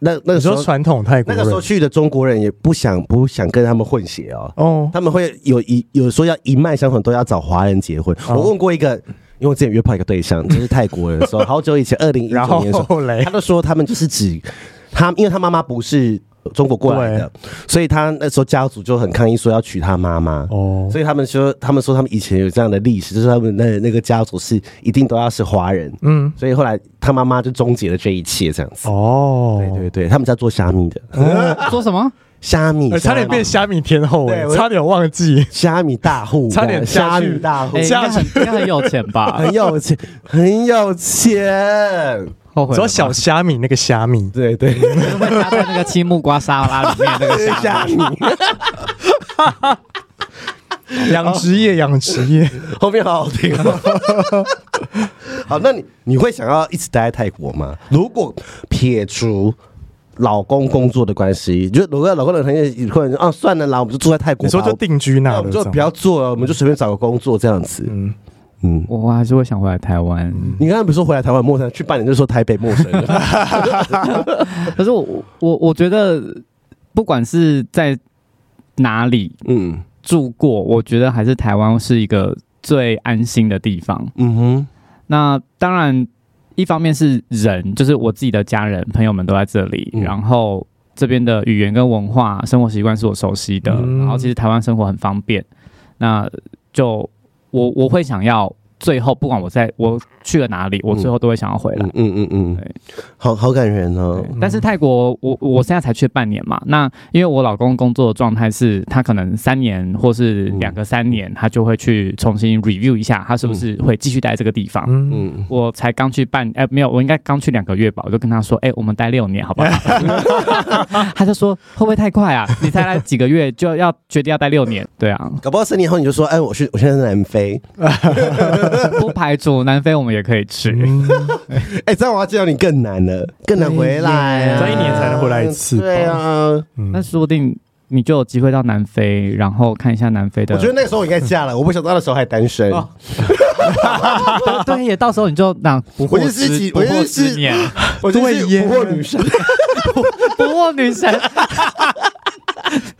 那那个你时说候，传统泰国那人个时候去的中国人也不想不想跟他们混血哦，哦，他们会有一有说要一脉相承，都要找华人结婚。哦我问过一个，因为我之前约炮一个对 象，就是泰国人的时候，好久以前，二零一九然年后的时候，后来他就说他们就是指他，因为他妈妈不是中国过来的，所以他那时候家族就很抗议说要娶他妈妈。哦，所以他们说，他们说他们以前有这样的历史，就是他们那那个家族是一定都要是华人，嗯，所以后来他妈妈就终结了这一切，这样子。哦，对对对，他们家做虾米的，说 什么？虾米哎，，差点变虾米天后哎对，我差点忘记，虾米大户，差点虾下去米大户哎，应，家该很应该很有钱 吧？ 很有钱，很有钱。后悔只了吧要小虾米那个虾 米，对对，就是会加在那个青木瓜沙拉里面那个 虾虾米。养殖业养殖业，后面好好听、哦。好，那你你会想要一直待在泰国吗？如果撇除老公工作的关系，就如果老公的朋友有可能啊，算了啦，我们就住在泰国吧，你说就定居那我那了，们就这样不要做了，我们就随便找个工作这样子。嗯嗯。我还是会想回来台湾，嗯你刚刚不是说回来台湾陌生，去半年就说台北陌生人，可是我我我觉得，不管是在哪里嗯住过，我觉得还是台湾是一个最安心的地方。嗯哼，那当然，一方面是人，就是我自己的家人朋友们都在这里，嗯然后这边的语言跟文化、生活习惯是我熟悉的，嗯然后其实台湾生活很方便，那就我我会想要最后不管我在我去了哪里，我最后都会想要回来。嗯嗯嗯嗯对，好好感人哦对，但是泰国，我我现在才去半年嘛，那因为我老公工作的状态是，他可能三年或是嗯两个三年，他就会去重新 review 一下，他是不是会继续待在这个地方。嗯，嗯，我才刚去半，哎、没有，我应该刚去两个月吧，我就跟他说，哎、我们待六年，好 不好？他就说会不会太快啊？你才来几个月就要决定要待六年？对啊，搞不好三年后你就说，哎，我去，我现在在南非，不排除南非我们也可以去。嗯 哎，这样我要见到你更难了，更难回来啊，对耶这一年才能回来一次吧对啊，那嗯，说不定你就有机会到南非，然后看一下南啊非的。我觉得那个时候我应该嫁了，我不想到那时候还单身。哦 对，也到时候你就那不我惑就是之几不我就惑是之年， 我就是对耶不惑女神，不惑女神。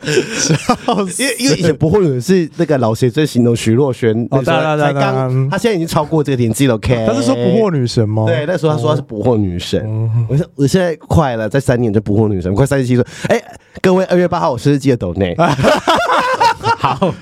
因为因为以前不惑女神是那个老邪真行的徐若瑄，那哦时候当然才当然当刚，然她现在已经超过这个年纪了。OK，他是说不惑。女神吗？对，那时候她说她是不惑女神，嗯，我现我现在快了，在三年就不惑女神，快三十七岁。哎，各位，二月八号我生日记得抖内，好，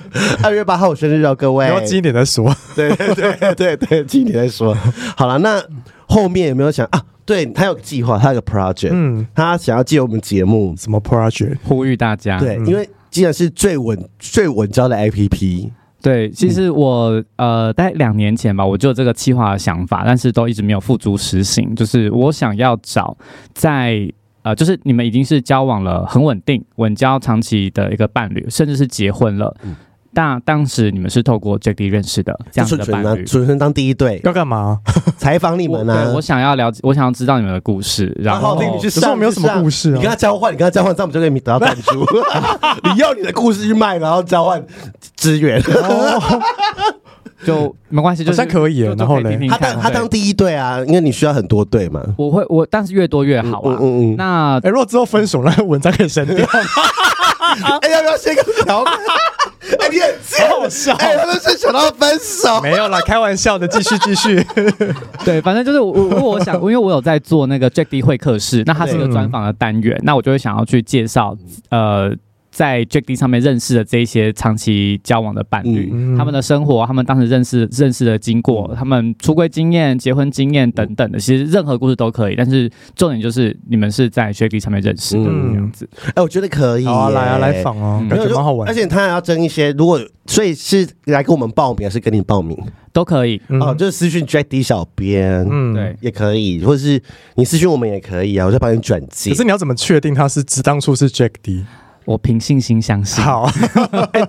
二月八号我生日哦，各位然。后近一点再说，对对对对对，今天再说。好了，那后面有没有想啊？对他有个计划，他有个 project，嗯，他想要借我们节目，什么 project？呼吁大家。对，嗯因为既然是最稳最稳交的 APP，对，其实我、呃，大概两年前吧，我就有这个计划的想法，但是都一直没有付诸实行。就是我想要找在呃，就是你们已经是交往了很稳定、稳交长期的一个伴侣，甚至是结婚了。嗯但当时你们是透过 Jacky 认识的就这样子纯的纯啊伴，侣。纯纯当第一队要干嘛？采访你我们对啊我。想要了解，我想要知道你们的故事，然好后好听，你去哦可是上，我没有你去什么上故事啊你跟他交换，你跟他交换，这样我们就可以得到赞助。你要你的故事去卖，然后交换资源。就没关系，就好像是可以耶就然后嘞就可以听听他看当他对当第一队啊，因为你需要很多队嘛。我会我，但是越多越好啊。嗯嗯嗯那哎，如果之后分手，那文章可以 删掉，哎，要不要先跟条？哎，你很贱，好笑。哎，他们是想到分手。没有啦，开玩笑的，继续 继续。对，反正就是我，我我想，因为我有在做那个 Jack D 会客室，那它是一个专访的单元，那我就会想要去介绍，呃。在 Jack D 上面认识的这一些长期交往的伴侣，嗯他们的生活，他们当时认识认识的经过，他们出柜经验、结婚经验等等的，其实任何故事都可以。但是重点就是你们是在 Jack D 上面认识的嗯这样子。哎，我觉得可以耶。好啊，来啊，来访哦，嗯感觉就蛮好玩而。且他还要争一些，如果所以是来跟我们报名，还是跟你报名？都可以。嗯哦，就是私讯 Jack D 小编，嗯，嗯对。也可以，或者是你私讯我们也可以啊，我就帮你转接可。是你要怎么确定他是只当初是 Jack D？我凭信心相 信。，好，会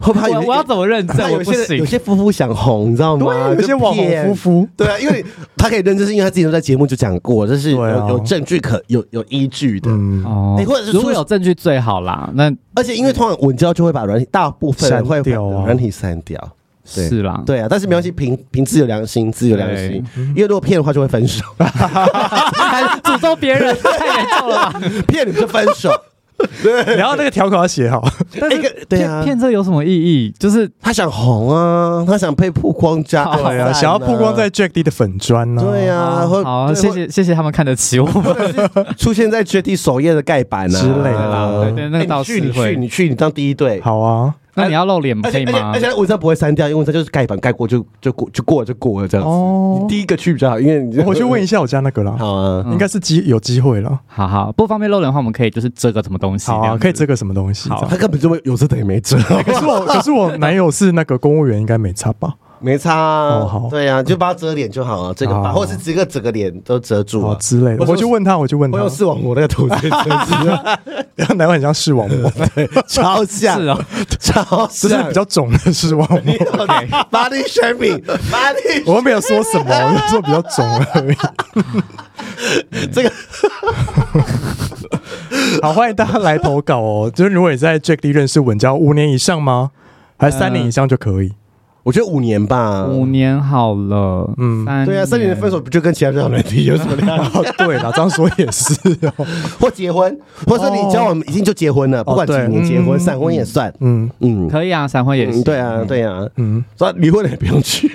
不会哎有我我要怎么认证？怕我有不些行有。些夫妇想红，你知道吗？有些网红妇。夫妇，对啊，因为他可以认真，是因为他自己都在节目就讲过，这是有、对啊有证据可有有依据的。嗯，哦哎或者是如果出有证据最好啦，那而且因为通常稳交就会把软体大部分人会删把掉啊软体删掉。对是啦。对啊，但是没关系，凭凭自有良心，自有良心。因为如果骗的话就会分手，还诅咒别人太严重了吧？骗你就分手。然后那个条款要写好，但一是个对啊骗骗这有什么意义？就是他想红啊，他想被曝光加好对啊，赞 想要曝光在 Jack D 的粉砖呢，对啊，好或好，对谢谢谢谢他们看得起我们。 或出现在 JD 首页的盖板啊之类的啦啊对对那个哎你倒去是你会去你去你当第一队，好啊，那你要露脸而可且以而且吗而？且文章不会删掉，因为文章就是盖板盖过就就过就过了就过了这样子。哦你第一个去比较好，因为你我去问一下我家那个 啦，好啊。嗯应该是机有机会了，好好不方便露脸的话，我们可以就是遮个什么东西。好啊，可以遮这样子个什么东西？好这样他根本就没有这等于没 辙，可 是我可是我男友是那个公务员，应该没差吧？没差啊哦好。对啊，就把它遮脸就好啊了，这个把哦或者是整个整个脸都遮住哦啊。之类的，我说我去问啊他，我去问我他 有，视网膜那个图片遮住啊，男友很像视网 膜， 超像，是哦，超只是像，比较肿的视网膜。 body shaming，body 我又没有说什么，我就说比较肿而已。 这个 好，欢迎大家来投稿哦。就是如果你在 Jack D 认识稳交五年以上吗？还是三年以上就可呃以？我觉得五年吧，五年好了，嗯嗯，嗯对啊，三年的分手不就跟其他交友难题有什么两样？哦， 对啦，这样说也是哦。或结婚，或是你交往已经就结婚了，不管几对年结嗯婚，闪婚也算，嗯嗯，可以啊，闪婚也嗯行。对啊，对啊，嗯，所以离婚了也不用 去。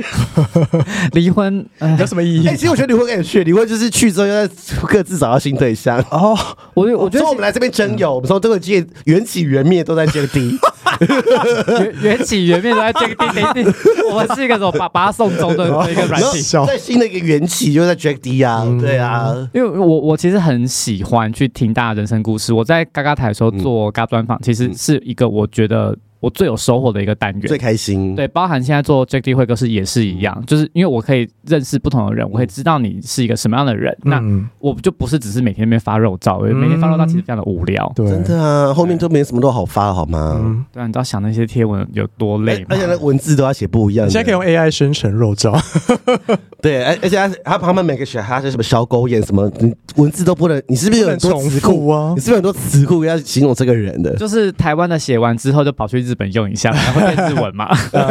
离婚，哎有什么意义哎，？其实我觉得离婚可以去，离婚就是去之后要再各自找到新对象。哦，我我所觉以得我们来这边征友，我们从这个界缘起缘灭都在这个地。缘缘起缘灭都在这个地地 地，我们是一个什么把把它送终的一个然软后体。哦笑在新的一个缘起就在 Jack D 啊，对啊，因为我我其实很喜欢去听大家人生故事。我在嘎嘎台的时候嗯做嘎专访，其实是一个我觉得我最有收获的一个单最嗯元。开心。对，包含现在做 Jack D 会客室也是一样，就是因为我可以认识不同的人，嗯我可以知道你是一个什么样的人。那嗯，我就不是只是每天在那边发肉照，因为每天发肉照其实非常的无聊。对，真的啊，后面都没什么都好发好吗？嗯，对啊，你知道想那些贴文有多累哎吗？而且那文字都要写不一样你的。现在可以用 AI 生成肉照，对，而而且他他旁边每个选还有什么小狗眼什么，你文字都不能，你是 不是有很多不能词 重复库啊你是不是有很多词库要形容这个人的？就是台湾的写完之后就跑去日本用一下，然后会变日文 嘛。嗯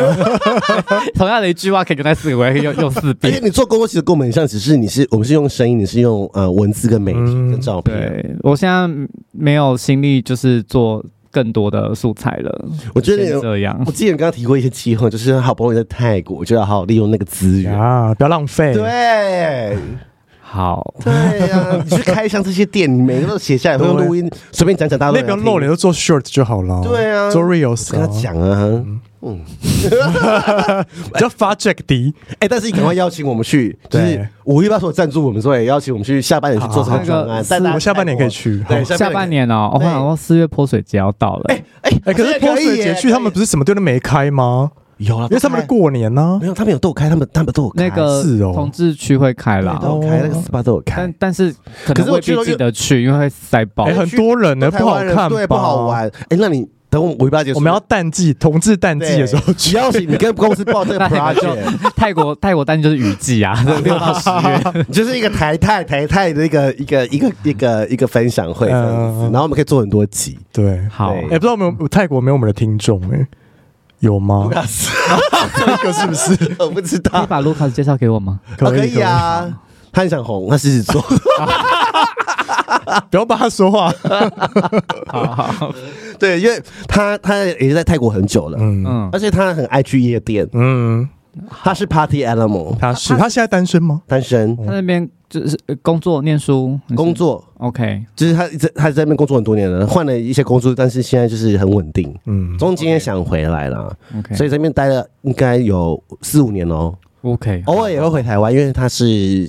同样的一句话可以跟那四个，我也可以用用四而遍且。你做工作其实跟我们很像，只是你是我们是用声音，你是用呃文字跟美图跟照片。对我现在没有心力，就是做更多的素材了。我觉得先你这样 我，之前刚刚提过一些机会，就是好不容易在泰国，就要好好利用那个资源。啊，不要浪费。对，好，对呀、你去开箱这些店，你每个都写下来，会用录音，随便讲讲，大家那都不要想露听脸，。就做 short 就好了。对啊做 reels 跟他啊，讲啊，就发 Jack D。哎、但是你赶快邀请我们去，就嗯对是五一八所有赞助我们，所以邀请我们去下半年去做这好个好专那案个。但大家啊我下半年可以去对，下半。年哦，我对想说四月泼水节要到了，哎、哎，可是泼水节去，他们不是是什么店都没开吗？有了，因为他们是过年呢没。有，他们有都有开，他们他们都有开那个是哦同志区会开对啦，都有开，那个 SPA 都有开但。但是可可是能我未去必都记得去，因为会塞爆哎，。很多人呢，台不好湾人看，对，不好。玩。哎、那你等我五一八结束，我们要淡季，同志淡季的时候只去。要是你跟公司报这个那你们就 project，泰国泰国当然就是雨 季啊，六到十月。你就是一个台泰台泰的一个一个一个一个一个分享会这样子嗯然后我们可以做很多集。对，好，对哎，不知道有没有泰国有没有我们的听众哎。有吗？这个是不是 我不知可以道，把卢卡斯介绍给我吗？啊可可以以？啊。他很想红，他狮子座。不要帮他说话。好好，对，因为他他也是在泰国很久了，嗯嗯而，且他很爱去夜店，嗯，他是 party animal，他是他现在单身吗？单身，他那边就是呃工作、念书、工作，OK，就是他一直他在那边工作很多年了，换了一些工作，但是现在就是很稳定。嗯，中间也想回来啦 OK 所以在那边待了应该有四五年哦、 OK，偶尔也会回台湾，因为他是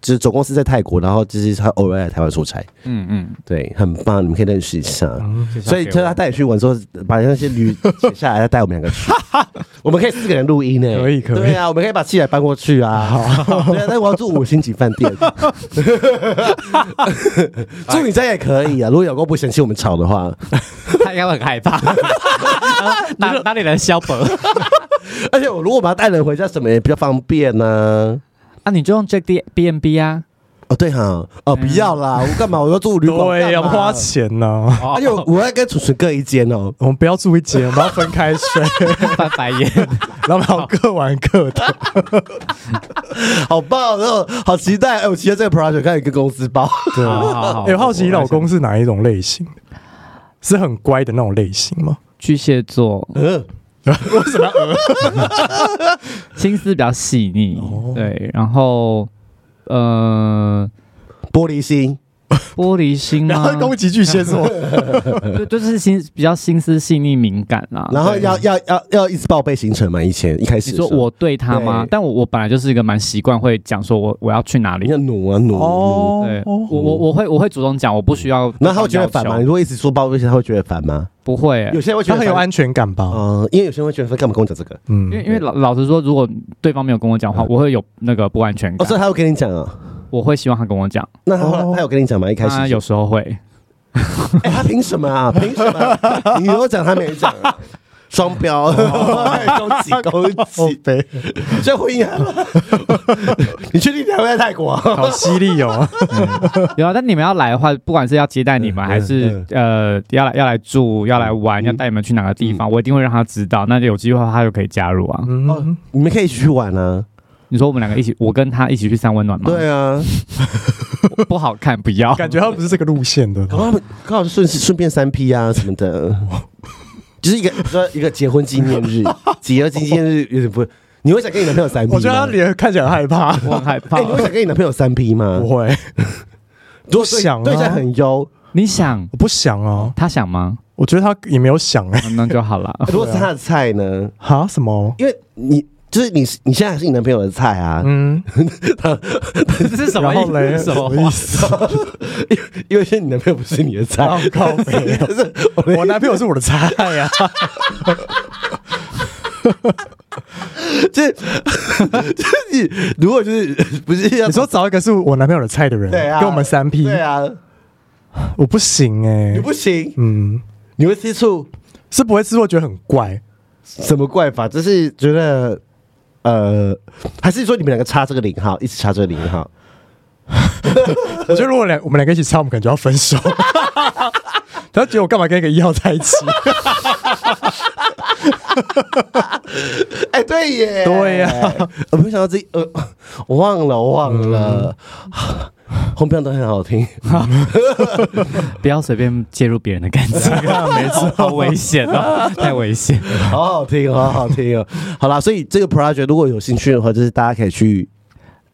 就是总公司在泰国，然后就是他偶尔来台湾出差，嗯嗯，对，很棒，你们可以认识一下。介绍所以给就我他带你去玩之后，把那些驴写下来，再带我们两个 去。我们可以四个人录音呢，可以可以对啊，我们可以把器材搬过去啊。对啊，但我要住五星级饭店，住你家也可以啊。如果有够不嫌弃我们吵的话，他应该会很害 怕，哪哪里来消博？而且我如果把他带人回家，什么也比较方便呢、啊，你就用 Jack D B N B 啊，哦，对哈，哦，不要啦，我干嘛？我要住旅馆，对，要干嘛花。钱呢。哦而且我我要跟楚楚各一间哦。我们不要住一间，我们要分开睡， 翻白眼，然后我们要各玩各的。好棒，哦，好期待！哎，我期待这个 project 开始跟公司包。对，好好好哎我好奇你老公是哪一种类型的？是很乖的那种类型吗？巨蟹座嗯，心思比较细腻，哦对，然后呃，玻璃心，玻璃心然后啊， 攻击巨蟹 座，就就是心比较心思细腻敏感啦。啊然后要要要要一直报备行程嘛。以前一开始你的时说候哦我对他吗对？但我我本来就是一个蛮习惯会讲说我我要去哪里你，要努啊努努，对我哦我我会我会主动讲，我不需要。然后他会觉得烦吗？你如果一直说报备，他会觉得烦吗？不会、欸有，些人会觉他得很烦有。安全感吧？嗯，因为有些人会觉得说干嘛跟我讲这个？哦嗯因为因为老老实说，如果对方没有跟我讲话，我会有那个不安全哦，感所。以他会跟你讲啊。我会希望他跟我讲，那他后来哦他有跟你讲吗？一开他始有时候 会，哎，他凭什么啊？ 凭什么啊？你有讲他没讲 啊？双标，哦 恭喜恭哦喜！对，这婚姻还好， 你确定你还会在泰国啊？ 好犀利哦！有啊。但你们要来的话，不管是要接待你们，还是呃要来要来住、要来玩、要带你们去哪个地方，我一定会让他知道。那有机会的话他就可以加入啊。嗯哦，你们可以一起去玩啊。你说我们两个一起，我跟他一起去三温暖吗？对啊，不好看，不要。感觉他不是这个路线的。然后他们刚好顺顺便三 P 啊什么的，就是一个说一个结婚纪念 日，结婚纪念日有点不，你会想跟你男朋友三 P 吗？我觉得他脸看起来很害怕， 我很害怕 哎，。你会想跟你男朋友三 P 吗 不？会，如果不想啊对对象很优，你想我不想啊。他想吗？我觉得他也没有想哎，嗯那就好了。如果是他的菜呢？哈什么？因为你就是你，你现在还是你男朋友的菜啊， 嗯， 这是什么然意后嘞，思？什么意话？思？因为现在你男朋友不是你的菜然，后靠北哦但是我我男朋友是我的菜啊呀，就是 就是你如果就是不是要 你说找一个是我男朋友的菜的人，对啊，跟我们三 P，对啊，我不行哎你，不行，嗯，你会吃醋，是不会吃，我觉得很怪。什么怪法？就是觉得呃，还是说你们两个差这个零号，一直差这个零号？我觉得如果两我们两个一起猜，我们可能就要分手。他觉得我干嘛跟一个一号在一起？哎、对耶，对呀我没想到自己呃，我忘了，我忘了，嗯红标都很好听，不要随便介入别人的感情， 没错，好危险啊，太危险。好好听，好好听哦。好啦，所以这个 project 如果有兴趣的话，就是大家可以去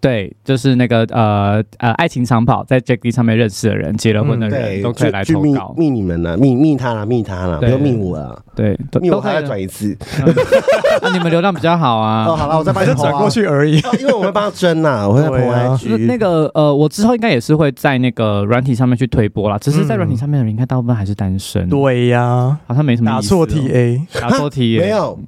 对，就是那个呃呃，爱情长跑在 Jack D 上面认识的人，结了婚的嗯人、对都可以来去投密稿，密你们啦，密密他啦，密他啦，不对要密我啦，对，都密都我可还以要的。转一次。 那你们流量比较好哦，啊。好了，我再 帮你就投啊转过。去而已。哦 因为我会帮他争呐，我会帮对啊他就是 IG。那个呃，我之后应该也是会在那个软体上面去推播啦。嗯只是在软体上面的人，应该大部分还是单身，对呀，好像没什么打意思哦错 TA 打错 T 没有，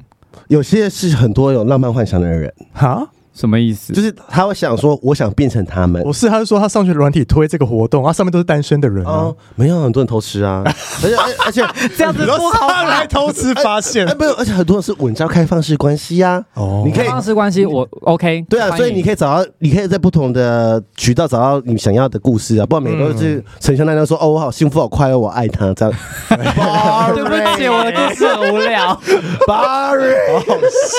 有些是很多有浪漫幻想的人，哈，什么意思？就是他会想说，我想变成他们我。是他就说他上去软体推这个活动，啊，上面都是单身的人啊哦，，没有很多人偷吃 啊，而且而而且这样子不好上来吧。偷吃发现哎，，不是，而且很多人是稳交开放式关系呀、啊。哦你可以开放式关系，我 OK。对啊，所以你 可以找到，你可以在不同的渠道找到你想要的故事啊，不然每嗯个都是陈香奈那说、哦，我好幸福，好快乐，我爱他这样。对不起，我的故事很无 聊。 Barry，好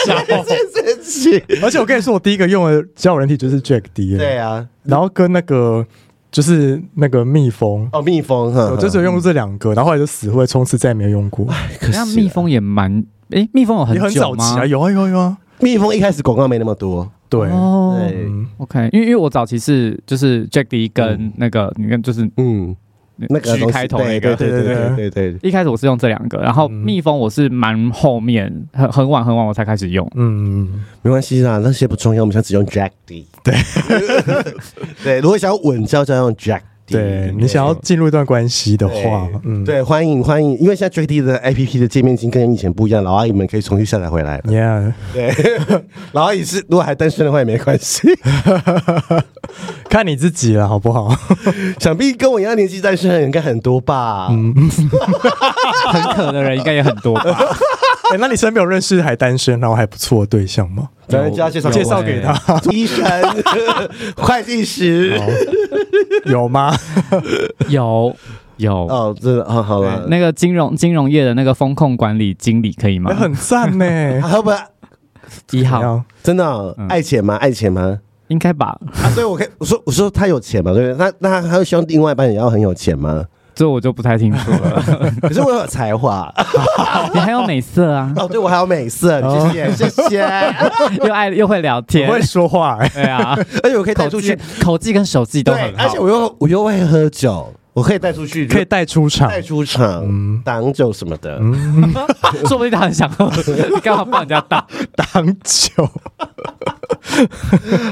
笑。 真是。而且我跟你说，我第一个用的交友软体就是 Jack D，对，啊，然后跟那个就是那个蜜蜂，哦，蜜蜂哈，我就只有用过这两个，然后后来就死灰，从此再也没有用过。可惜那啊蜜蜂也蛮，诶，蜜蜂有也很久早期吗啊，？有啊有啊有啊，蜜蜂一开始广告没那么多，对，哦对，嗯， ，OK，因为因为我早期是就是 Jack D 跟嗯那个，你看就是嗯，那个 G 东西开头那对个。对对对对对对对对。一开始我是用这两个，然后嗯蜜蜂我是蛮后面很很晚很晚我才开始 用。嗯，没关系啦，那些不重要，我们现在只用 Jack D。对 对，如果想要稳交，就要用 Jack D。对你想要进入一段关系的话，嗯，对，欢迎欢迎，因为现在 Jack D 的 A P P 的界面已经跟以前不一样，老阿姨们可以重新下载回来了。 ，Yeah，对， 老阿姨是如果还单身的话也没关系， 看你自己了，好不好？想必跟我一样年纪单身的人应该很多吧。很渴的人应该也很多吧？ 哎，那你身边有认识还单身然后还不错的对象吗？咱们就要介绍有介绍给他，医生、会计师。有吗？有有哦，真的哦，好了，那个金融金融业的那个风控管理经理可以吗哎？很赞呢， 还会不会一怎号样真的哦嗯爱钱吗？爱钱吗？应该吧？啊，所以我可以我说我说他有钱嘛，对不对？那那他他会希望另外一半也要很有钱 吗？这我就不太清 楚了。可是我有才华你还有美色啊，哦，对我还有美色，谢谢谢谢，又爱又会聊不天，会说话哎，对啊， 而 且我可以带口出技去，口技跟手技都 对很，而好且。我又我又会喝酒，我可以嗯带出去，可以带出场，带出场嗯挡酒什么的，说不定他很想 喝，你干嘛帮人家打？挡酒，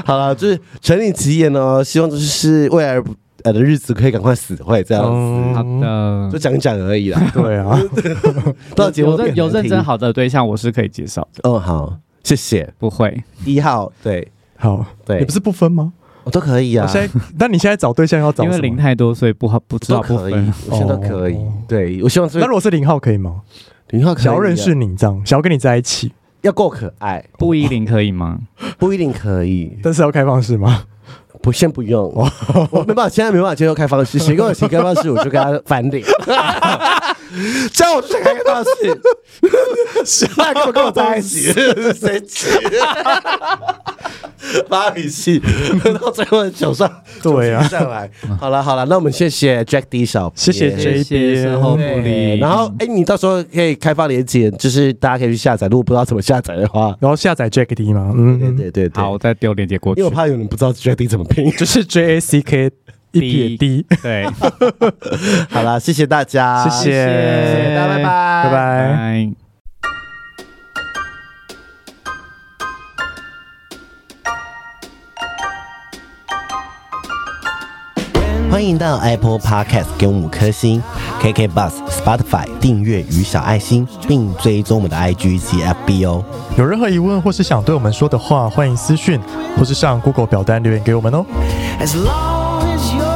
好了，就是承你吉言哦，希望就是未来呃的日子可以赶快死会这样子，好嗯，就的，讲讲而已 啦。对啊，到节目有认变有难认真听，好的对象，我是可以介绍的，嗯，好，谢谢不会。一号，对好，对你不是不分吗？我都可以我啊，现在，那你现在找对象要找因为什么零太多，所以不好不知都道不可以分。，我现在都可以哦，对我希望是那如果是零号可以吗？林浩可以啊想要认识你这样，想要跟你在一起，要够可爱，不一零可以吗？不一定可以，但是要开放式吗？不，先不用，我没办法，现在没办法接受开放式，谁跟我提开放式，我就跟他翻脸。这样我就想开放式，谁还跟我跟我在一起？谁气？ 发脾气，到最后酒上对啊酒气上来。好了好了，那我们谢谢 Jack D 小，谢谢 J 谢谢售后不对理。然后，哎、你到时候可以开放连接，就是大家可以去下载。如果不知道怎么下载的话，然后下载 Jack D 吗？嗯，对对对对，好，我再丢链接过去因为我。怕有人不知道 Jack D 怎么拼。就是 J A C K 一撇 D，对，好了，谢谢大家，谢谢谢谢大家，拜拜，拜拜。拜。欢迎到 Apple Podcast 给我们五颗星，KK Bus、Spotify 订阅与小爱心，并追踪我们的 IG 及 FB 哦。有任何疑问或是想对我们说的话，欢迎私讯或是上 Google 表单留言给我们哦。 As long as you're